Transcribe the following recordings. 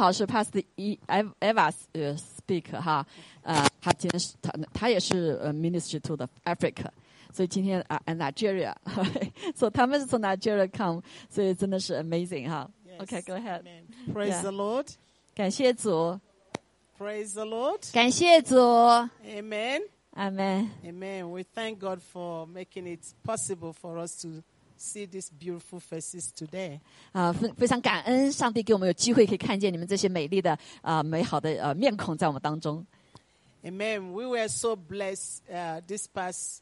好是 Past 一 Eva 呃 Speak 哈，呃，他今天是他他也是呃 Ministry to the Africa，所以今天啊 and Nigeria，所 以他们是从 Nigeria come，所以真的是 amazing 哈。 Yes. OK，go ahead， Amen. Yeah. Praise the Lord. 感谢主， Praise the Lord. 感谢主， Amen. 阿门。 Amen. We thank God for making it possible for us to see these beautiful faces today. 啊，非非常感恩上帝给我们有机会可以看见你们这些美丽的啊、美好的呃面孔在我们当中。 Amen. We were so blessed uh, this past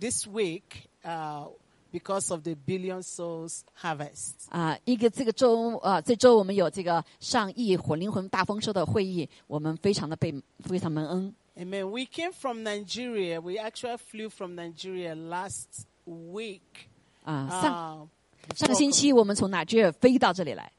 this week uh, because of the billion souls harvest. 啊，一个这个周啊、这周我们有这个上亿火灵魂大丰收的会议，我们非常的被非常蒙恩。 Amen. We came from Nigeria. We actually flew from Nigeria last week. 啊、上 Uh, 上个 before 星期我们从哪居尔飞到这里来，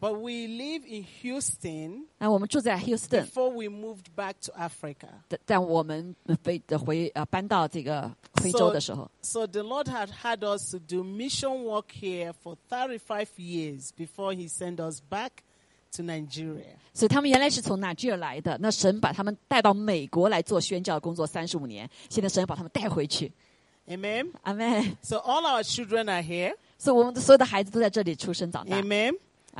But we live in Houston 啊，我们住在 Houston， before we moved back to Africa. 但但我们飞回呃搬到这个非洲的时候， So the Lord had had us to do mission work here for 35 years before He sent us back to Nigeria. 所以他们原来是从哪居尔来的，那神把他们带到美国来做宣教工作三十五年，现在神把他们带回去， Amen. 阿妹。 So all our children are here. 所以我们的所有的孩子都在这里出生长大。 Amen.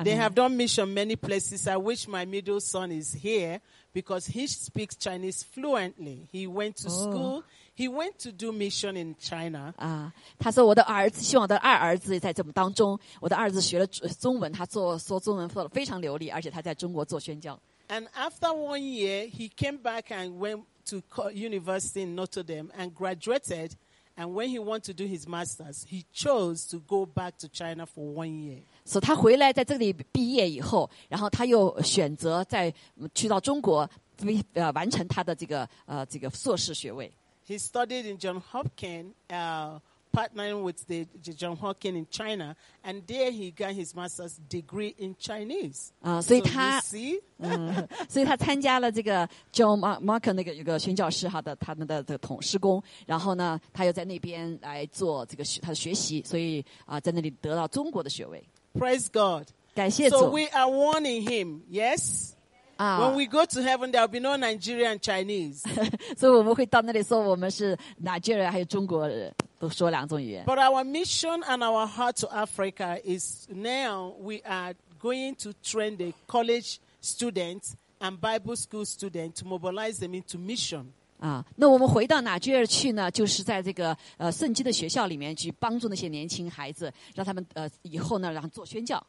They Amen. have done mission many places. I wish my middle son is here because he speaks Chinese fluently. He went to Oh. school. He went to do mission in China. 啊，他说我的儿子，希望我的二儿子在这么当中，我的二儿子学了中中文，他做说中文说的非常流利，而且他在中国做宣教。 And after one year, he came back and went to co- university in Notre Dame and graduated. And when he wanted to do his master's, he chose to go back to China for one year. 所以他回来在这里毕业以后，然后他又选择在嗯去到中国，非呃完成他的这个呃这个硕士学位。 He studied in John Hopkins, uh, partnering with the, the John Hopkins in China, and there he got his master's degree in Chinese. Ah, so so you 他- see, 嗯，所以他参加了这个 John Mark Mark 那个有个宣教师哈的他们的这个同施工，然后呢，他又在那边来做这个学他的学习，所以啊、在那里得到中国的学位。 praise God. 感谢 So 主 we are warning him, yes? 啊 Ah. When！we go to heaven, there will be no Nigerian Chinese. 所以我们会到那里说我们是 Nigeria 还有中国人都说两种语言 But our mission and our heart to Africa is now we are going to train the college students and Bible school students to mobilize them into mission. 啊。那我们回到 Nigeria 去呢，就是在这个呃圣经的学校里面去帮助那些年轻孩子，让他们呃以后呢，然后做宣教。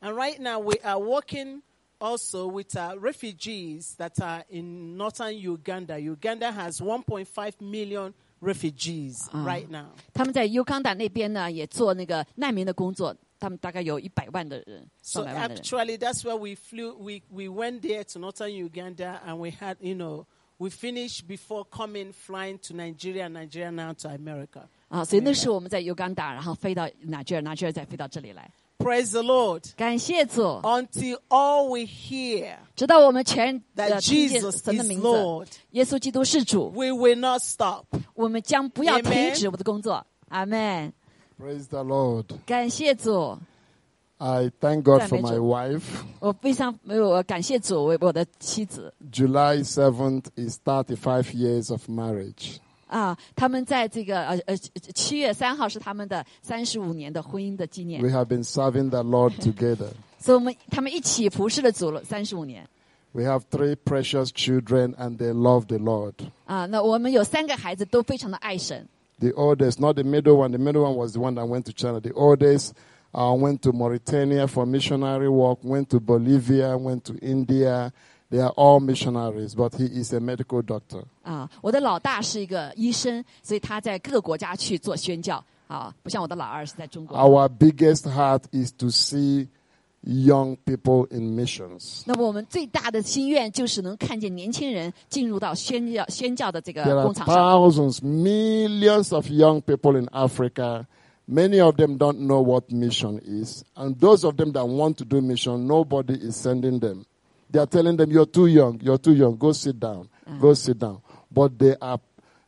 And right now we are working also with our refugees that are in northern Uganda. Uganda has 1.5 million refugees right now. 他们在 Uganda 那边呢也做那个难民的工作，他们大概有一百万的人，上 So 百万的人。 actually, that's where we flew. We, we went there to northern Uganda, and we had, you know, we finished before coming, flying to Nigeria, Nigeria now to America. 啊，所以那是我们在 Uganda，然后飞到 Nigeria，Nigeria 再飞到这里来。 Praise the Lord. 感谢主， Until all we hear 直到我们全呃 that 听见 Jesus 神的 is 名字， Lord, 耶稣基督是主， we will not stop. 我们将不要 Amen 停止我们的工作。阿门。 Praise the Lord. 感谢主， I thank God for Amen. my wife. 我非常没有我感谢主，我我的妻子 July 7th is 35 years of marriage. 啊，他们在这个呃呃七月三号是他们的三十五年的婚姻的纪念， We have been serving the Lord together. 所以我们他们一起服侍了主了三十五年 We have three precious children and they love the Lord. 啊。那我们有三个孩子都非常的爱神 The oldest, not the middle one, the middle one was the one that went to China. The oldest uh, went to Mauritania for missionary work, went to Bolivia, went to India. They are all missionaries, but he is a medical doctor. 啊。我的老大是一个医生，所以他在各个国家去做宣教啊，不像我的老二是在中国。 Our biggest heart is to see young people in missions. 那么我们最大的心愿就是能看见年轻人进入到宣教宣教的这个 There are 工厂上。 thousands, millions of young people in Africa. Many of them don't know what mission is. And those of them that want to do mission, nobody is sending them. They are telling them, You're too young, you're too young, go sit down, go sit down. But they are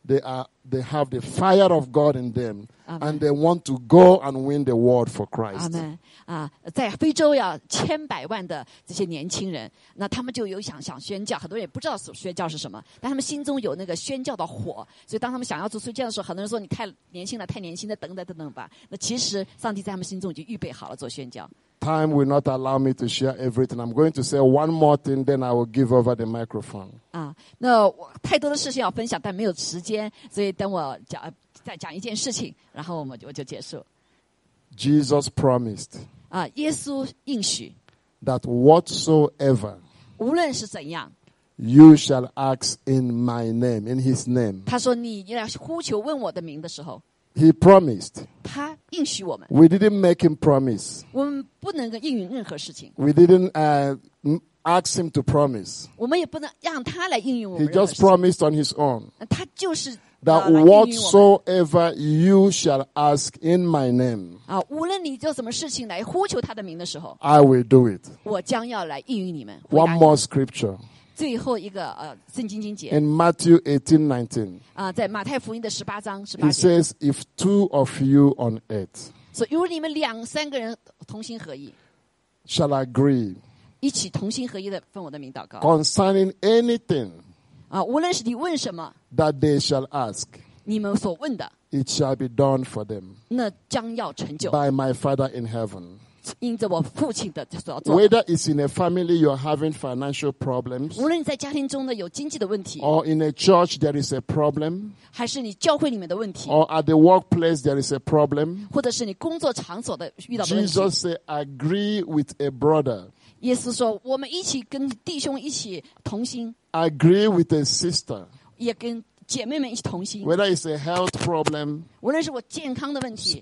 they are they have the fire of God in them Amen. and they want to go and win the world for 阿 Christ. 门啊，在非洲呀，千百万的这些年轻人，那他们就有想想宣教，很多人也不知道所宣教是什么，但他们心中有那个宣教的火，所以当他们想要做宣教的时候，很多人说你太年轻了，太年轻了，等等等等吧。那其实上帝在他们心中已经预备好了做宣教。 Time will not allow me to share everything. I'm going to say one more thing, then I will give over the microphone. 啊，那我太多的事情要分享，但没有时间，所以等我讲再讲一件事情，然后我们就我就结束。 Jesus promised 啊，耶稣应许， that whatsoever 无论是怎样， you shall ask in my name, in his name, 他说你要呼求问我的名的时候， he promised. 他应许我们， We didn't make him promise. 我们不能够应允任何事情， We didn't uh, m- ask him to promise. 我们也不能让他来应允我 He 们任何 just 事情。 promised on his own 他就是啊来 that 应允我们 whatsoever you shall ask in my name, 啊，无论你做什么事情来呼求他的名的时候， I will do it. 我将要来应允你们。回 One 答你 more scripture 最后一个呃圣经经节 in Matthew 18 19. 啊，在马太福音的十八章十八 He 节。 says, If two of you on earth 所以，如果你们两三个人同心合意， shall agree 一起同心合意的奉我的名祷告 concerning anything 啊，无论是你问什么， that they shall ask, 你们所问的， it shall be done for them 那将要成就， by my Father in heaven. 因着我父亲的所要做的。 Whether it's in a family you're having financial problems, 无论你在家庭中的有经济的问题， or in a church there is a problem, 还是你教会里面的问题， or at the workplace there is a problem, 或者是你工作场所的遇到的问题， Jesus said, agree with a brother, 耶稣说，我们一起跟弟兄一起同心， agree with a sister. 也跟姐妹们一起同心。 Whether it's a health problem, 无论是我健康的问题，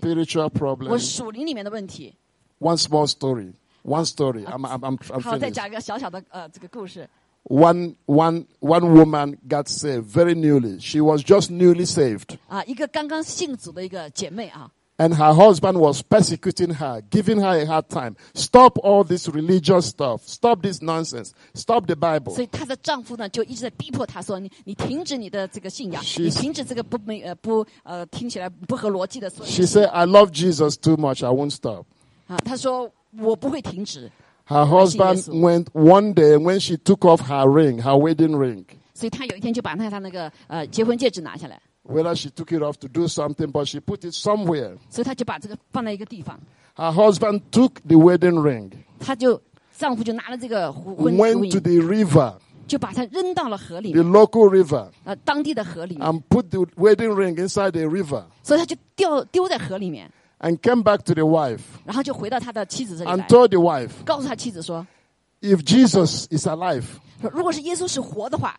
我 spiritual problem. 属灵里面的问题。 One small story. One story. I'm, I'm, I'm, I'm 好，再 finished. 讲一个小小的呃这个故事。 One, one, one woman got saved very newly. She was just newly saved. 啊，一个刚刚信主的一个姐妹啊， And her husband was persecuting her, giving her a hard time. Stop all this religious stuff. Stop this nonsense. Stop the Bible. 所以她的丈夫呢就一直在逼迫她说：“你你停止你的这个信仰， She's- 你停止这个不没呃不呃听起来不合逻辑的所有 She said, I love Jesus too much. I won't stop. 啊。”她说：“我不会停止。 Her husband Yesu. went one day when she took off her ring, her wedding ring. ”所以她有一天就把那她那个呃结婚戒指拿下来， Whether she took it off to do something, but she put it somewhere. 所以她就把这个放在一个地方， Her husband took the wedding ring, 她就丈夫就拿了这个婚婚婚 went to 姻， the river, 就把它扔到了河里 the 面， local river, 呃当地的河里面， and put the wedding ring inside the river, 所以她就掉丢在河里面， and came back to the wife 然后就回到他的妻子这里来 and，told the wife, 告诉他妻子说 If Jesus is alive, 说如果是耶稣是活的话。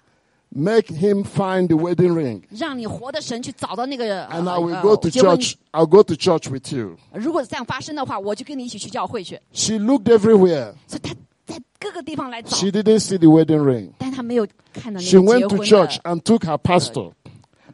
make him find the wedding ring, 让你活的神去找到那个。 and 呃 I will 呃 go to 结婚 church. I'll go to church with you. 如果这样发生的话，我就跟你一起去教会去。 She looked everywhere. 所以他在各个地方来找， She didn't see the wedding ring. 但他没有看到那 She 个结 went to 婚 church 的， and took her pastor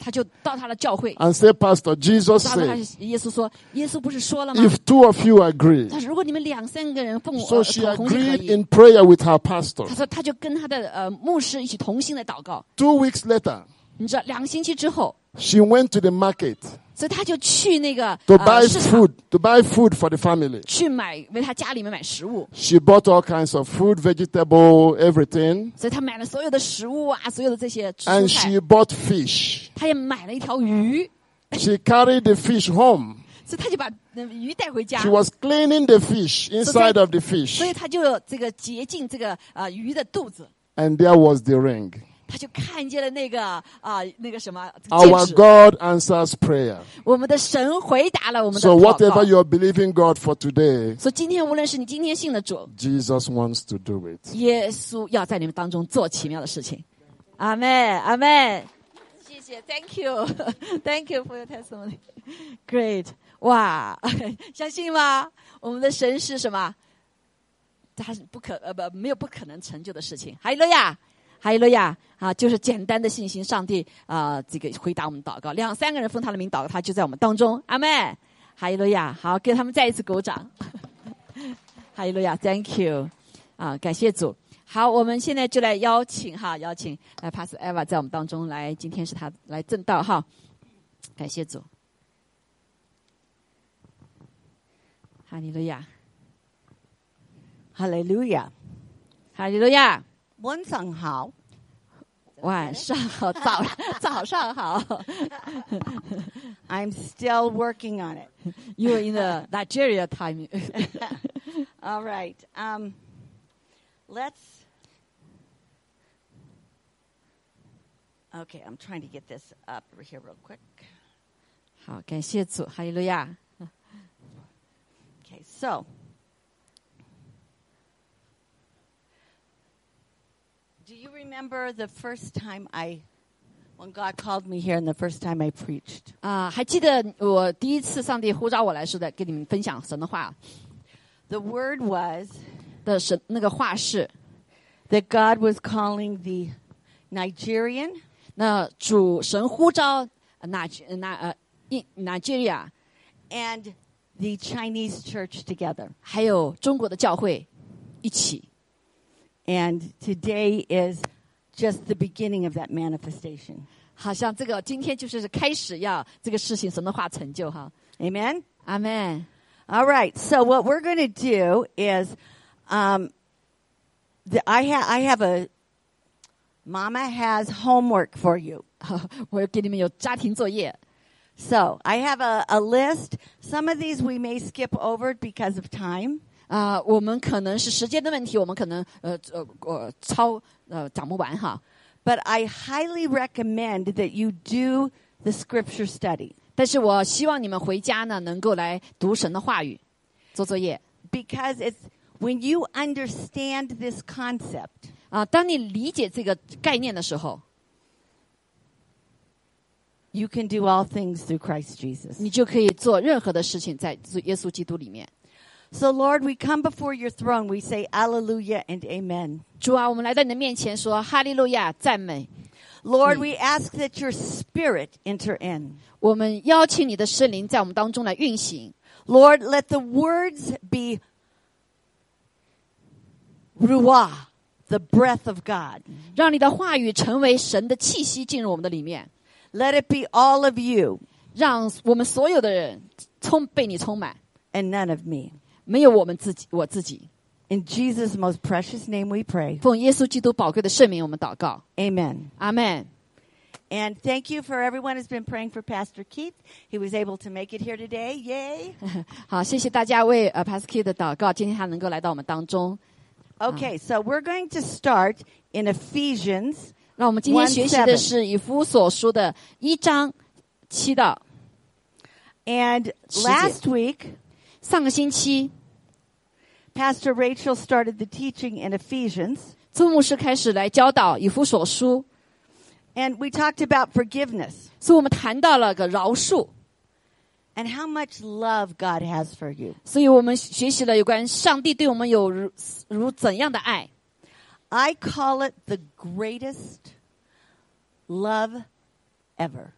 他就到他的教会， and said, Pastor, Jesus 抓到他 said, 耶稣说：“耶稣不是说了吗？ if two of you agree. 他说如果你们两三个人奉我 So 呃 she 同心合 agreed 一。 in prayer with her ” pastor. 他说他就跟他的呃牧师一起同心的祷告。 Two weeks later, 你知道，两个星期之后， she went to the market 所以他就去那个 to 呃 buy 市场 food, to buy food for the family. 去买，为他家里面买食物。 She bought all kinds of food, vegetable, everything. 所以他买了所有的食物啊，所有的这些蔬 And 菜 she。bought fish. 他也买了一条鱼， She carried the fish home. 所以他就把呃鱼带回家 She，was cleaning the fish inside of the fish. 所以他就这个洁净这个呃鱼的肚子， And there was the ring. 他就看见了那个啊、那个什么这个 Our 戒指。 God answers prayer. 我们的神回答了我们的 So 祷 whatever 告。 you're believing God for today, 所以今天无论是你今天信了主， Jesus wants to do it. 耶稣要在你们当中做奇妙的事情。阿妹，阿妹，谢谢，Thank you，Thank you for your testimony。Great，哇， 相信吗？我们的神是什么？他是不可呃不没有不可能成就的事情。哈利路亚，哈利路亚啊！就是简单的信心，上帝啊、这个回答我们祷告，两三个人奉他的名祷告，他就在我们当中。阿妹，哈利路亚，好，给他们再一次鼓掌。 哈利路亚，Thank you，啊，感谢主。好，我们现在就呃来邀请哈，邀请来 Pastor Eva 在我们当中来，今天是他来正道哈。感谢主，哈利路亚， Hallelujah. 哈利路亚， Muốn rằng hảo, 晚上好，早早上好。 I'm still working on it. You are in the Nigeria time. All right. Um, let's. Okay, I'm trying to get this up here real quick. 好，感谢主，哈利路亚。 Okay, so. Do you remember the first time I, when God called me here and the first time I preached? 啊、还记得我第一次上帝呼召我来说的，跟你们分享神的话 The word was 的神那个话是， that God was calling the Nigerian, 那主神呼召那那呃印 Nigeria， and the Chinese church together. 还有中国的教会一起。 And today is just the beginning of that manifestation. 好像这个今天就是开始要这个事情，神的话成就哈， Amen? 阿门。 All right. So what we're going to do is, um, the, I, ha- I have a, Mama has homework for you. 我给你们有家庭作业， So I have a, a list. Some of these we may skip over because of time. 啊、我们可能是时间的问题，我们可能呃呃呃超呃讲不完哈。 But I highly recommend that you do the scripture study 但是我希望你们回家呢，能够来读神的话语，做作业 because it's when you understand this concept, 啊、当你理解这个概念的时候， you can do all things through Christ Jesus. 你就可以做任何的事情在耶稣基督里面。 So, Lord, we come before your throne. We say, Alleluia and Amen. 主啊，我们来到你的面前说哈利路亚，赞美。 Lord, we ask that your spirit enter in. 我们邀请你的圣灵在我们当中来运行。 Lord, let the words be Ruah, the breath of God. 让你的话语成为神的气息进入我们的里面， Let it be all of you 让我们所有的人充被你充满， and none of me. 没有我们自己，我自己。 In Jesus' most precious name we pray. 奉耶稣基督宝贵的圣名，我们祷告， Amen. 阿门。 And thank you for everyone who's been praying for Pastor Keith. He was able to make it here today. Yay. 好，谢谢大家为呃 Pascal 的祷告，今天他能够来到我们当中。 Okay, so we're going to start in Ephesians 那我们今天 One 学习的 seven 是以弗所书的一章七到 And She last week, 上个星期， Pastor Rachel started the teaching in Ephesians, 朱牧师开始来教导以弗所书， and we talked about forgiveness 所以我们谈到了个饶恕， and how much love God has for you. 所以我们学习了有关上帝对我们有如如怎样的爱。 I call it the greatest love ever.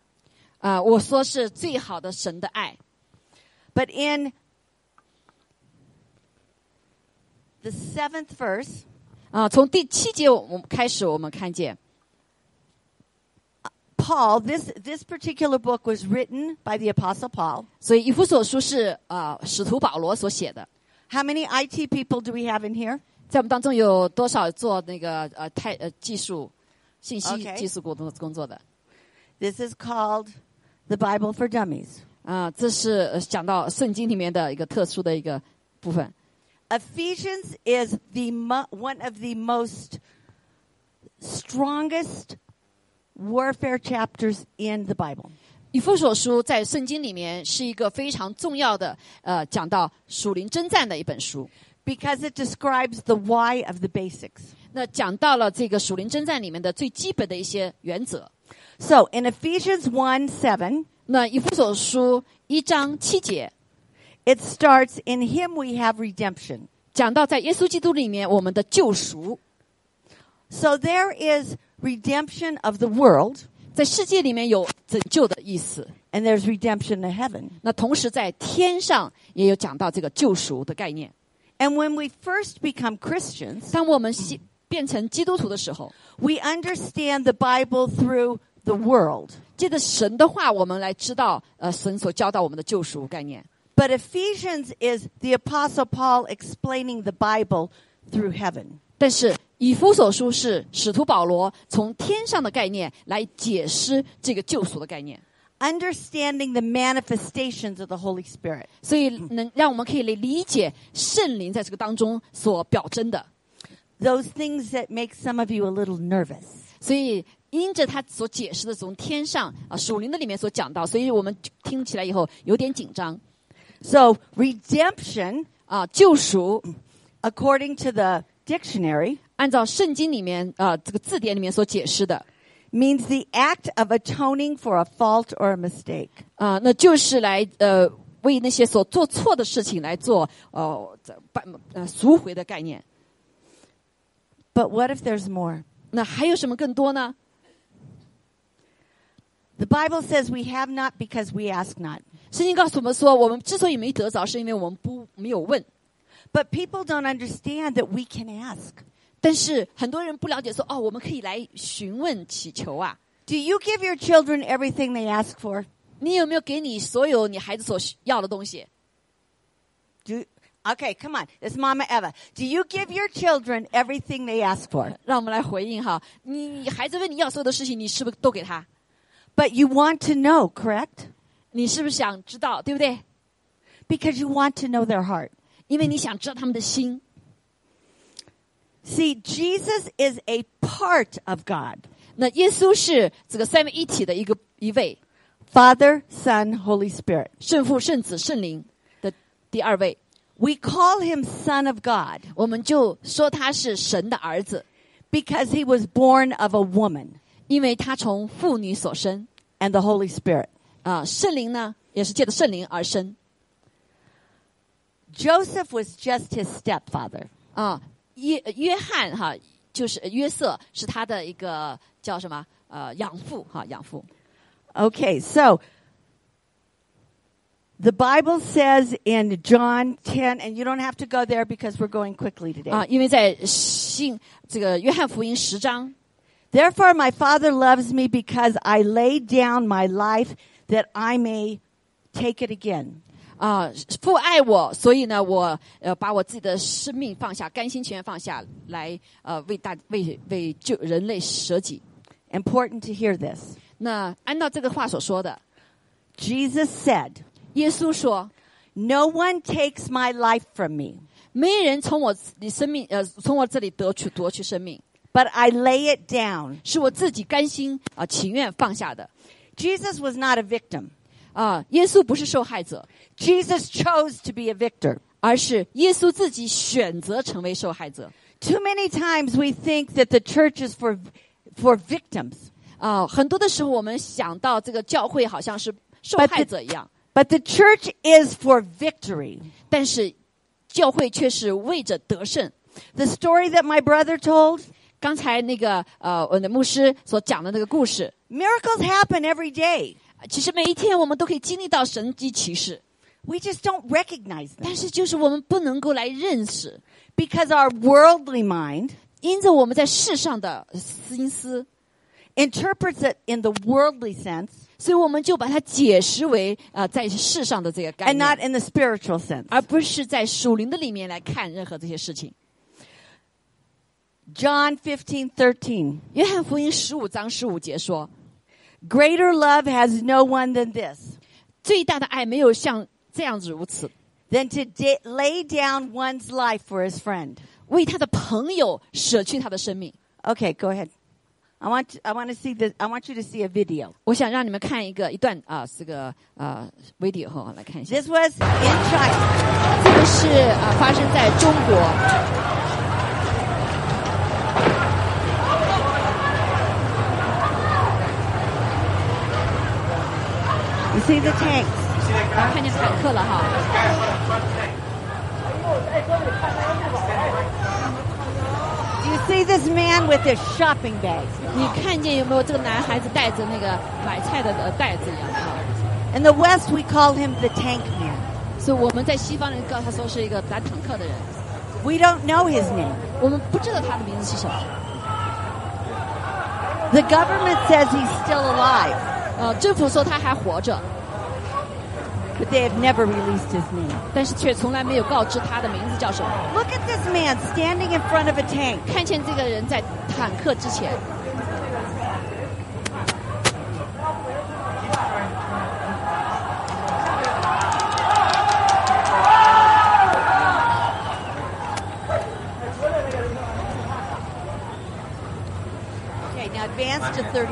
啊、我说是最好的神的爱。 But in the seventh verse, 啊、从第七节我们开始，我们看见 Paul, this, this particular book was written by the Apostle Paul. 所以以弗所书是啊、使徒保罗所写的。 How many IT people do we have in here? 在我们当中有多少做那个呃太呃技术信息 OK 技术工作工作的？ This is called the Bible for Dummies. 啊、这是、呃讲到圣经里面的一个特殊的一个部分。 Ephesians is the mo- one of the most strongest warfare chapters in the Bible. 以弗所书在圣经里面是一个非常重要的呃讲到属灵征战的一本书。 Because it describes the why of the basics. 那讲到了这个属灵征战里面的最基本的一些原则。 So in Ephesians 1 7, 那以弗所书一章七节 it starts, In him we have redemption. 讲到，在耶稣基督里面，我们的救赎， So there is redemption of the world, 在世界里面有拯救的意思。 and there's redemption of heaven. 那同时在天上也有讲到这个救赎的概念。 And when we first become Christians, 当我们信变成基督徒的时候， we understand the Bible through the world. 借着神的话，我们来知道呃神所教导我们的救赎概念。 But Ephesians is the Apostle Paul explaining the Bible through heaven. 但是以弗所书是使徒保罗从天上的概念来解释这个救赎的概念， understanding the manifestations of the Holy Spirit. 所以能让我们可以理理解圣灵在这个当中所表征的。 Those things that make some of you a little nervous. 所以因着他所解释的从天上啊属灵的里面所讲到，所以我们就听起来以后有点紧张 So, redemption, 啊。救赎 according to the dictionary, 按照圣经里面啊这个字典里面所解释的 means the act of atoning for a fault or a mistake. 啊，那就是来呃为那些所做错的事情来做哦这办呃赎回的概念。 But what if there's more? 那还有什么更多呢？ The Bible says we have not because we ask not. 圣经告诉我们说，我们之所以没得着，是因为我们不没有问。 But people don't understand that we can ask. 但是很多人不了解说，哦，我们可以来询问祈求啊。 Do you give your children everything they ask for? 你有没有给你所有你孩子所需要的东西？ Do okay, come on. It's Mama Eva. Do you give your children everything they ask for? 让我们来回应哈，你你孩子问你要所有的事情，你是不是都给他？ But you want to know, correct? 你是不是想知道，对不对？ Because you want to know their heart. 因为你想知道他们的心。 See, Jesus is a part of God. 那耶稣是这个三位一体的一个一位， Father, Son, Holy Spirit. 圣父、圣子、圣灵的第二位， We call him Son of God 我们就说他是神的儿子， because he was born of a woman 因为他从妇女所生。 and the Holy Spirit. 啊、圣灵呢也是借着圣灵而生 Joseph was just his stepfather. 啊、约约翰哈就是约瑟是他的一个叫什么呃养父哈养父， Okay, so the Bible says in John 10, and you don't have to go there because we're going quickly today. 啊，因为在信这个约翰福音十章 Therefore, my Father loves me because I lay down my life that I may take it again. 啊，父爱我，所以呢，我呃把我自己的生命放下，甘心情愿放下来，呃为大为为救人类舍己。 Important to hear this. 那按照这个话所说的， Jesus said, 耶稣说， No one takes my life from me, 没人从我你生命呃从我这里得取夺去生命， but I lay it down. 是我自己甘心啊、情愿放下的。 Jesus was not a victim. 啊、耶稣不是受害者， Jesus chose to be a victor. 而是耶稣自己选择成为受害者。 Too many times we think that the church is for, for victims, 啊、很多的时候我们想到这个教会好像是受 But the- 害者一样， but the church is for victory. 但是教会却是为着得胜。 The story that my brother told, 刚才那个呃，我的牧师所讲的那个故事， miracles happen every day. 其实每一天我们都可以经历到神迹奇事， We just don't recognize them 但是就是我们不能够来认识， because our worldly mind 因着我们在世上的心思， interprets it in the worldly sense 所以我们就把它解释为呃在世上的这个概 and 念 not，in the spiritual sense. 而不是在属灵的里面来看任何这些事情。 John 15, 13. 约翰福音十五章十五节说 Greater love has no one than this,：“ 最大的爱没有像这样子如此， than to da- lay down one's life for his friend. 为他的朋友舍去他的生命。 Okay, go ahead. I want, I want to see this. I want you to see a video. ”我想让你们看一个一段啊，这个啊 video 哈，来看一下。 This was in China. 这个是啊，发生在中国。 You see the tanks. 然后看见坦克了哈。 You see this man with his shopping bag. 你看见有没有这个男孩子带着那个买菜的呃袋子一样的哈？ In the West, we call him the tank man. 所以我们在西方人告他说是一个打坦克的人， We don't know his name. 我们不知道他的名字是什么。 The government says he's still alive. 呃，呃，政府说他还活着， but they have never released his name. 但是却从来没有告知他的名字叫什么。 Look at this man standing in front of a tank. 看见这个人在坦克之前， Okay, now advance to 38.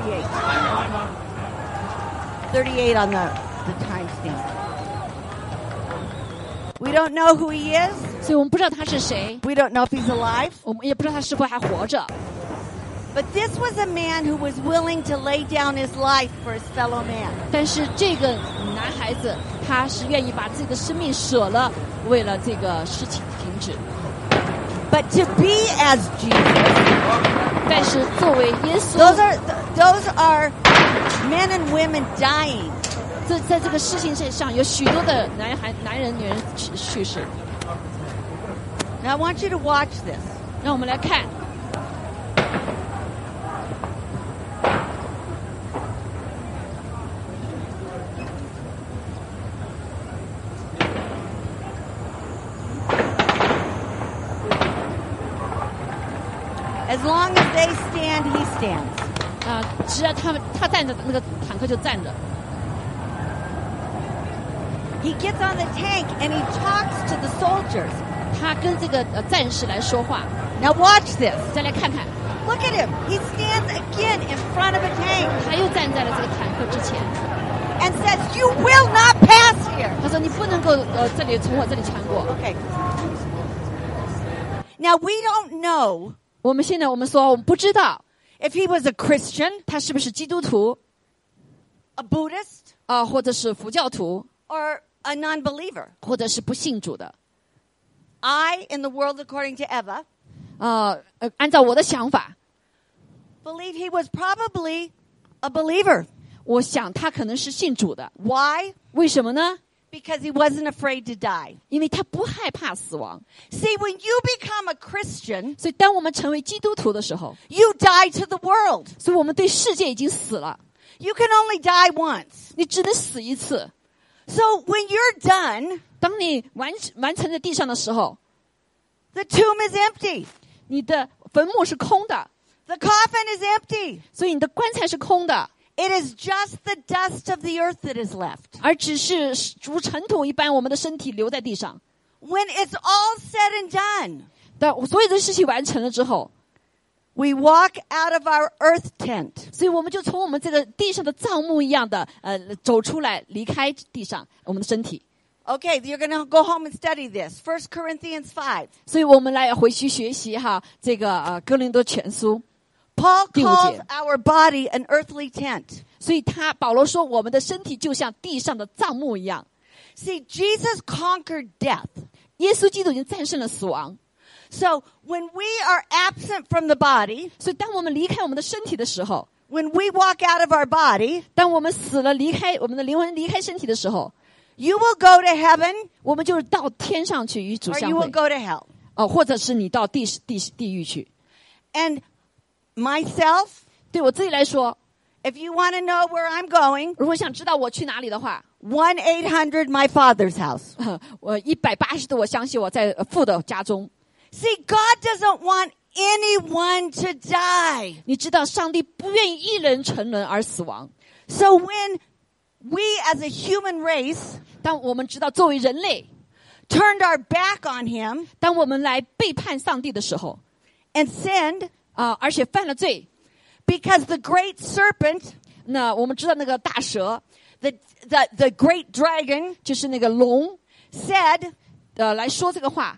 38 on the, the timestamp. We don't know who he is. 所以我们不知道他是谁， We don't know if he's alive. 我们也不知道他是否还活着。 But this was a man who was willing to lay down his life for his fellow man. 但是这个男孩子，他是愿意把自己的生命舍了，为了这个事情停止。 But to be as Jesus, 但是作为耶稣 those，are those are men and women dying. 这在这个事情上有许多的男孩、男人、女人去去世。 Now I want you to watch this. 让我们来看， As long as they stand, he stands. 啊、只要他们他站着，那个坦克就站着。 He gets on the tank and he talks to the soldiers. 他跟这个呃战士来说话， Now watch this. 再来看看， Look at him. He stands again in front of a tank 他又站在了这个坦克之前。 and says, "You will not pass here." 他说：“你不能够呃这里从我这里穿过。 Okay. Now we don't know ”我们现在我们说我们不知道 if he was a Christian, 他是不是基督徒 a Buddhist, 啊、或者是佛教徒， or a non-believer. 或者是不信主的 I, in the world according to Eva, 啊、呃。按照我的想法， believe he was probably a believer. 我想他可能是信主的。 Why? 为什么呢？ Because he wasn't afraid to die. 因为他不害怕死亡。 See, when you become a Christian, 所以，当我们成为基督徒的时候， you die to the world. 所以我们对世界已经死了。 You can only die once. 你只能死一次。 So when you're done, 当你完完成在地上的时候， the tomb is empty. 你的坟墓是空的， The coffin is empty. 所以你的棺材是空的， It is just the dust of the earth that is left. 而只是如尘土一般，我们的身体留在地上。 When it's all said and done, 但所有的事情完成了之后， we walk out of our earth tent 所以我们就从我们这个地上的葬墓一样的呃走出来，离开地上我们的身体。 Okay, you're going to go home and study this. 1 Corinthians 5. 所以我们来回去学习哈这个呃哥林多全书。 Paul Deal calls with it. our body an earthly tent. 所以他保罗说，我们的身体就像地上的葬墓一样。 See, Jesus conquered death. 耶稣基督已经战胜了死亡， So when we are absent from the body, 所以当我们离开我们的身体的时候， when we walk out of our body, 当我们死了离开我们的灵魂离开身体的时候， you will go to heaven 我们就是到天上去与主 or 相 you 会 will，go to hell. 哦，或者是你到地地地狱去。 And myself, 对我自己来说， if you want to know where I'm going, 如果想知道我去哪里的话，呃1 800 my father's house. 我一百八十度，我相信我在呃父的家中。 See, God doesn't want anyone to die. 你知道，上帝不愿意一人沉沦而死亡。 So when we as a human race 当我们知道作为人类， turned our back on him 当我们来背叛上帝的时候， and sinned 啊、而且犯了罪， because the great serpent, 那我们知道那个大蛇 the the, the great dragon 就是那个龙， said, 呃，来说这个话，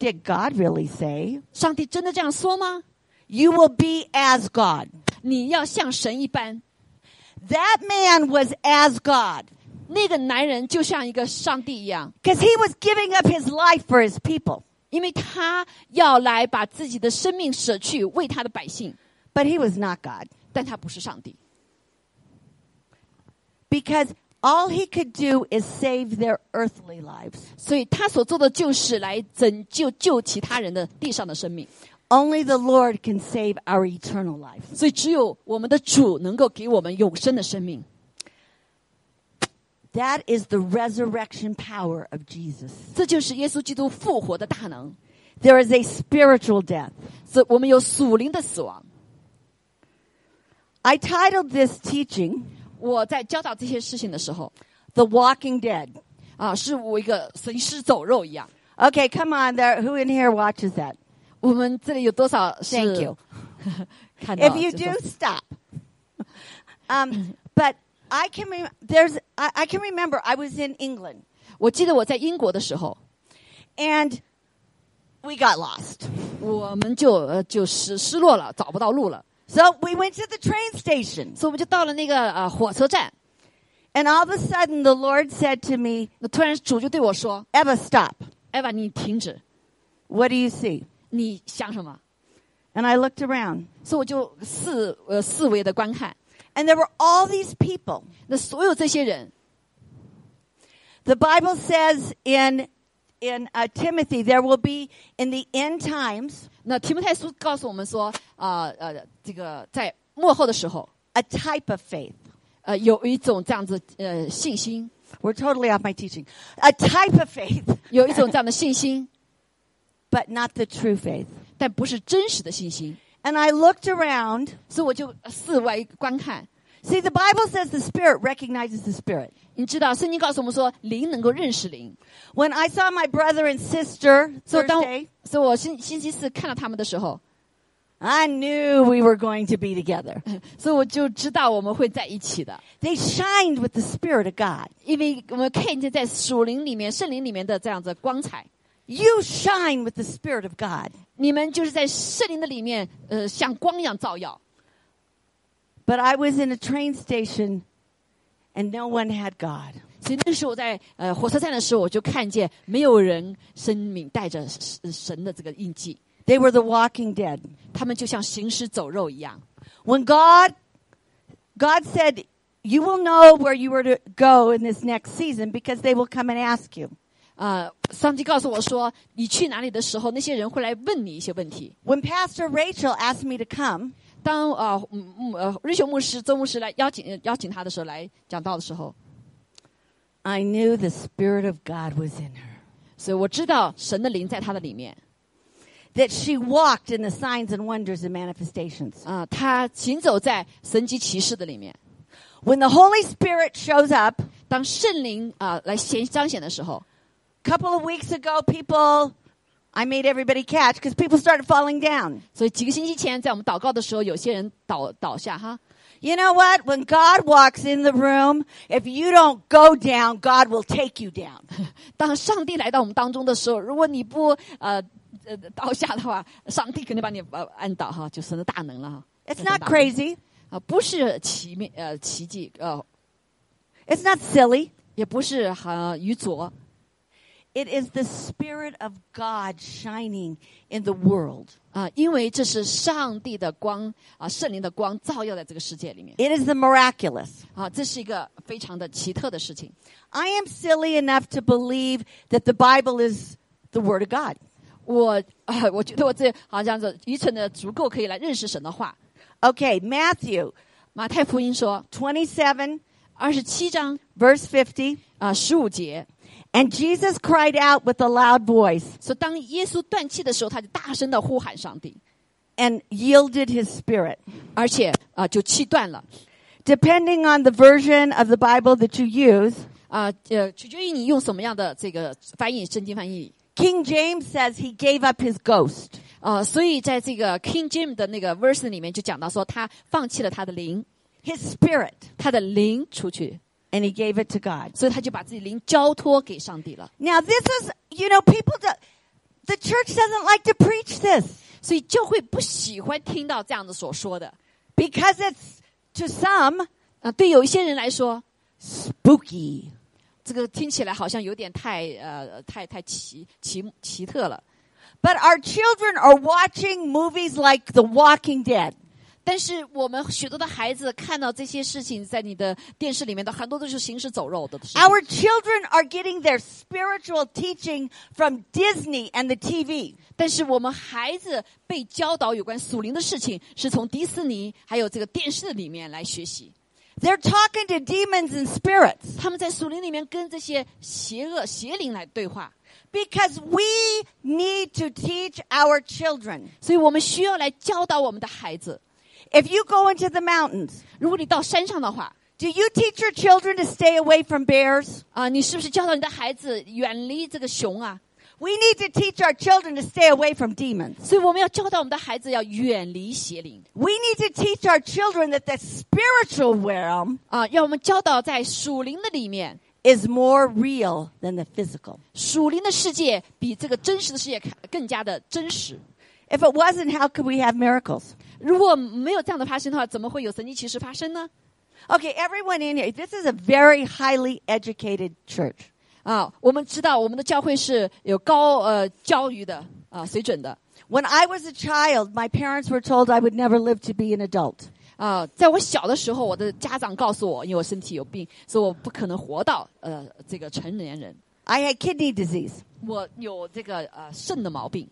did God really say? 上帝真的这样说吗？ You will be as God. 你要像神一般。 That man was as God 那个男人就像一个上帝一样， because he was giving up his life for his people, 因为他要来把自己的生命舍去，为他的百姓， but he was not God 但他不是上帝， because all he could do is save their earthly lives. 所以他所做的就是来拯救救其他人的地上的生命。 Only the Lord can save our eternal lives. 所以只有我们的主能够给我们永生的生命。 That is the resurrection power of Jesus. 这就是耶稣基督复活的大能。 There is a spiritual death. 所以我们有属灵的死亡。 I titled this teaching, 我在教导这些事情的时候， The Walking Dead. 啊，是我一个行尸走肉一样。 Okay, come on there. Who in here watches that? 我们这里有多少是 Thank you. 看到 If you 这种 do, stop. Um, but I can rem there's I, I can remember I was in England 我记得我在英国的时候， and we got lost. 我们就呃就是失落了，找不到路了， So we went to the train station 所以我们就到了那个呃火车站。 and all of a sudden the Lord said to me, 那突然主就对我说 Eva, stop.：“ 艾娃，你停止， What do you see? 你想什么 And I looked around.？” 所以我就四呃四维的观看， And there were all these people. 那所有这些人， The Bible says in in uh, Timothy there will be in the end times 那提摩太书告诉我们说，啊呃这个在幕后的时候， a type of faith. 呃有一种这样子呃信心， We're totally off my teaching. A type of faith, 有一种这样的信心， but not the true faith. 但不是真实的信心， And I looked around. 所以我就四外观看。 See, the Bible says the spirit recognizes the spirit. 你知道，圣经告诉我们说，灵能够认识灵。 When I saw my brother and sister 所以当我 Thursday, 所以我星星期四看到他们的时候， I knew we were going to be together. 所以我就知道我们会在一起的， They shined with the spirit of God. 因为我们看见在属灵里面、圣灵里面的这样子光彩。 You shine with the spirit of God. 你们就是在圣灵的里面，呃，像光一样照耀。 But I was in a train station and no one had God. 所以那时候我在呃火车站的时候，我就看见没有人生命带着神神的这个印记， They were the walking dead. 他们就像行尸走肉一样。 When God God said, "You will know where you are to go in this next season because they will come and ask you." 啊、上帝告诉我说，你去哪里的时候，那些人会来问你一些问题。 When Pastor Rachel asked me to come, 当啊，嗯嗯呃，瑞秀牧师、周牧师来邀请邀请他的时候，来讲道的时候， I knew the spirit of God was in her. 所以我知道神的灵在他的里面 That she walked in the signs and wonders and manifestations. 啊、他行走在神级骑士的里面。 When the Holy Spirit shows up, 当圣灵啊、来显彰显的时候， couple of weeks ago, people, I made everybody catch because people started falling down. 所以几个星期前在我们祷告的时候，有些人倒倒下哈。 You know what? When God walks in the room, if you don't go down, God will take you down. 当上帝来到我们当中的时候，如果你不呃呃倒下的话，上帝肯定把你呃按倒哈，就神的大能了哈。 It's 神的 not 大能 crazy. 啊、不是奇妙呃奇迹呃， It's not silly. 也不是呃很、愚拙， It is the Spirit of God shining in the world. 啊、因为这是上帝的光啊、圣灵的光照耀在这个世界里面 It is the miraculous. 啊、这是一个非常的奇特的事情。 I am silly enough to believe that the Bible is the Word of God. 我、啊，我觉得我这好像是愚蠢的足够可以来认识神的话。 Okay, Matthew 马太福音说 27, 二十七章 verse 50. 啊十五节 And Jesus cried out with a loud voice 说，当耶稣断气的时候，他就大声的呼喊上帝， and yielded his spirit. 而且啊、就气断了 Depending on the version of the Bible that you use, 啊呃取决于你用什么样的这个翻译圣经翻译 King James says he gave up his ghost. 啊、所以在这个 King James 的那个 verse 里面就讲到说，他放弃了他的灵。 his spirit 他的灵出去， and he gave it to God. 所以他就把自己灵交托给上帝了。 Now this is, you know, people do, the church doesn't like to preach this 所以就会不喜欢听到这样的所说的。 because it's to some 啊，对有一些人来说， spooky. 这个听起来好像有点太呃太太奇奇奇特了。 But our children are watching movies like The Walking Dead. 但是我们许多的孩子看到这些事情，在你的电视里面的很多都是行尸走肉的事情。 Our children are getting their spiritual teaching from Disney and the TV. 但是我们孩子被教导有关属灵的事情，是从迪士尼还有这个电视里面来学习。 They're talking to demons and spirits 他们在属灵里面跟这些邪恶邪灵来对话， because we need to teach our children. 所以我们需要来教导我们的孩子。 If you go into the mountains, 如果你到山上的话， do you teach your children to stay away from bears? 啊，你是不是教导你的孩子远离这个熊啊？ We need to teach our children to stay away from demons. 所以我们要教导我们的孩子要远离邪灵 We need to teach our children that the spiritual realm 啊，要我们教导在属灵的里面， is more real than the physical. 属灵的世界比这个真实的世界看更加的真实。 If it wasn't, how could we have miracles? 如果没有这样的发生的话，怎么会有神奇奇事发生呢？ Okay, everyone in here, this is a very highly educated church. 啊，我们知道我们的教会是有高呃教育的啊水准的 When I was a child, my parents were told I would never live to be an adult. 啊，在我小的时候，我的家长告诉我，因为我身体有病，所以我不可能活到呃这个成年人。 I had kidney disease. 我有这个呃肾的毛病，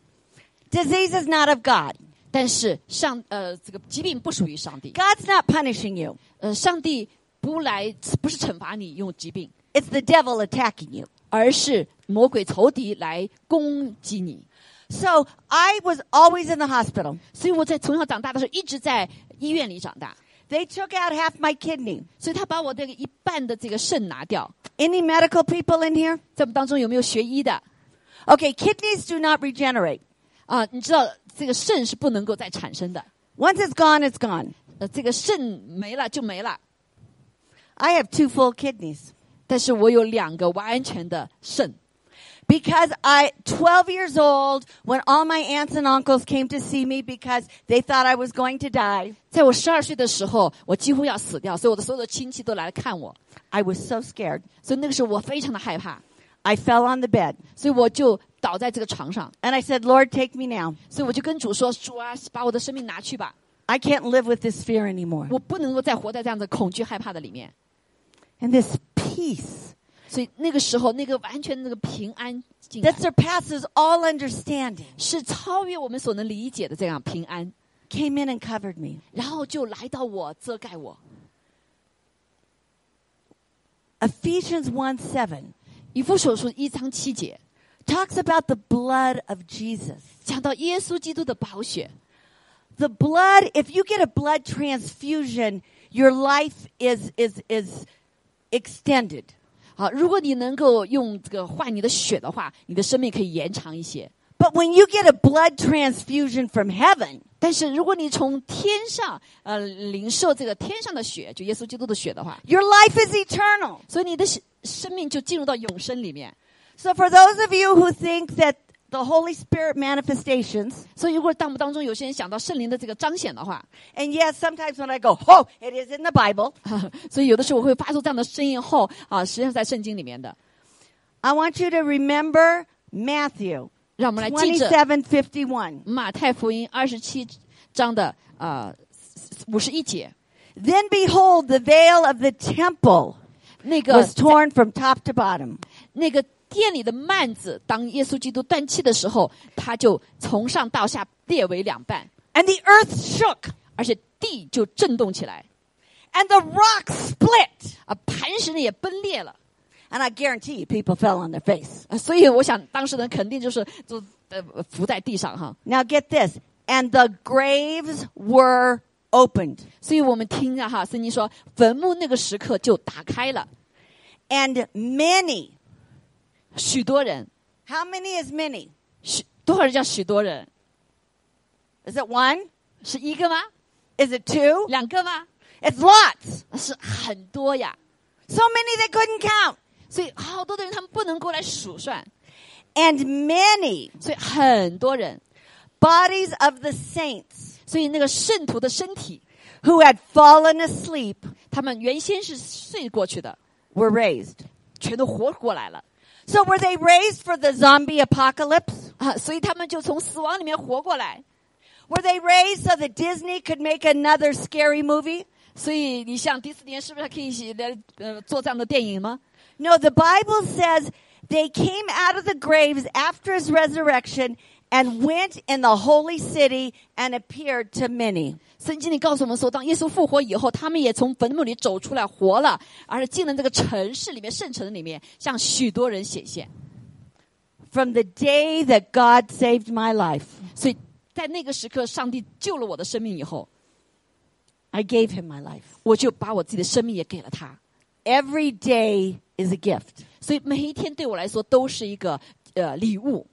Disease is not of God. 但是上呃这个疾病不属于上帝， God's not punishing you. 呃上帝不来不是惩罚你用疾病， It's the devil attacking you. 而是魔鬼仇敌来攻击你。 So I was always in the hospital. 所以我在从小长大的时候一直在医院里长大， They took out half my kidney. 所以他把我这个一半的这个肾拿掉。 Any medical people in here? 在我们当中有没有学医的？ Okay, kidneys do not regenerate. 啊，你知道这个肾是不能够再产生的， Once it's gone, it's gone. 呃，这个肾没了就没了。 I have two full kidneys. 但是我有两个完全的肾， Because I, 12 years old, when all my aunts and uncles came to see me because they thought I was going to die, 在我十二岁的时候，我几乎要死掉，所以我的所有的亲戚都来看我， I was so scared. 所以那个时候我非常的害怕， I fell on the bed 所以我就倒在这个床上， and I said, Lord, take me now. 所以我就跟主说：“主啊，把我的生命拿去吧， I can't live with this fear anymore. 我不能够再活在这样的恐惧害怕的里面。 And this peace ”所以那个时候，那个完全那个平安进来 that surpasses all understanding 是超越我们所能理解的这样平安， came in and covered me. 然后就来到我，遮盖我。 Ephesians 1 7以弗所书一章七节 talks about the blood of Jesus. 讲到耶稣基督的宝血， the blood if you get a blood transfusion your life is is is extended 好，啊如果你能够用这个换你的血的话，你的生命可以延长一些。 but when you get a blood transfusion from heaven 但是如果你从天上呃领受这个天上的血，就耶稣基督的血的话， your life is eternal 所以你的生生命就进入到永生里面。 so for those of you who think that the holy spirit manifestations 所以如果当当中有些人想到圣灵的这个彰显的话， and yes sometimes when i go oh it is in the bible 所以有的时候我会发出这样的声音后啊，实际上在圣经里面的， i want you to remember matthew 让我们来记着27 51马太福音二十七章的啊五十一节 then behold the veil of the temple 那个 was torn from top to bottom 那个店里的幔子，当耶稣基督断气的时候，他就从上到下裂为两半， and the earth shook 而且地就震动起来， and the rock split. 啊，磐石呢也崩裂了 And I guarantee you, people fell on their face. 啊，所以我想当事人肯定就是就呃伏在地上哈， Now get this. And the graves were opened, 所以我们听着哈，圣经说坟墓那个时刻就打开了， and many. 许多人， How many is many? 许多少人叫许多人？ Is it one? 是一个吗？ Is it two? 两个吗？ It's lots. 是很多呀， So many they couldn't count. 所以好多的人他们不能够来数算， And many 所以很多人 bodies of the saints 所以那个圣徒的身体， who had fallen asleep 他们原先是睡过去的， were raised. 全都活过来了 So were they raised for the zombie apocalypse? 啊，所以他们就从死亡里面活过来。啊 Were they raised so that Disney could make another scary movie? 所以你像迪士尼是不是还可以写的呃做这样的电影吗？ No, the Bible says they came out of the graves after his resurrection and went in the holy city and appeared to many. 圣经里告诉我们说，当耶稣复活以后，他们也从坟墓里走出来，活了，而且进了这个城市里面、圣城里面，向许多人显现。 From the day that God saved my life, 所以在那个时刻，上帝救了我的生命以后， I gave him my life. 我就把我自己的生命也给了他。 Every day is a gift. 所以每一天对我来说都是一个呃礼物。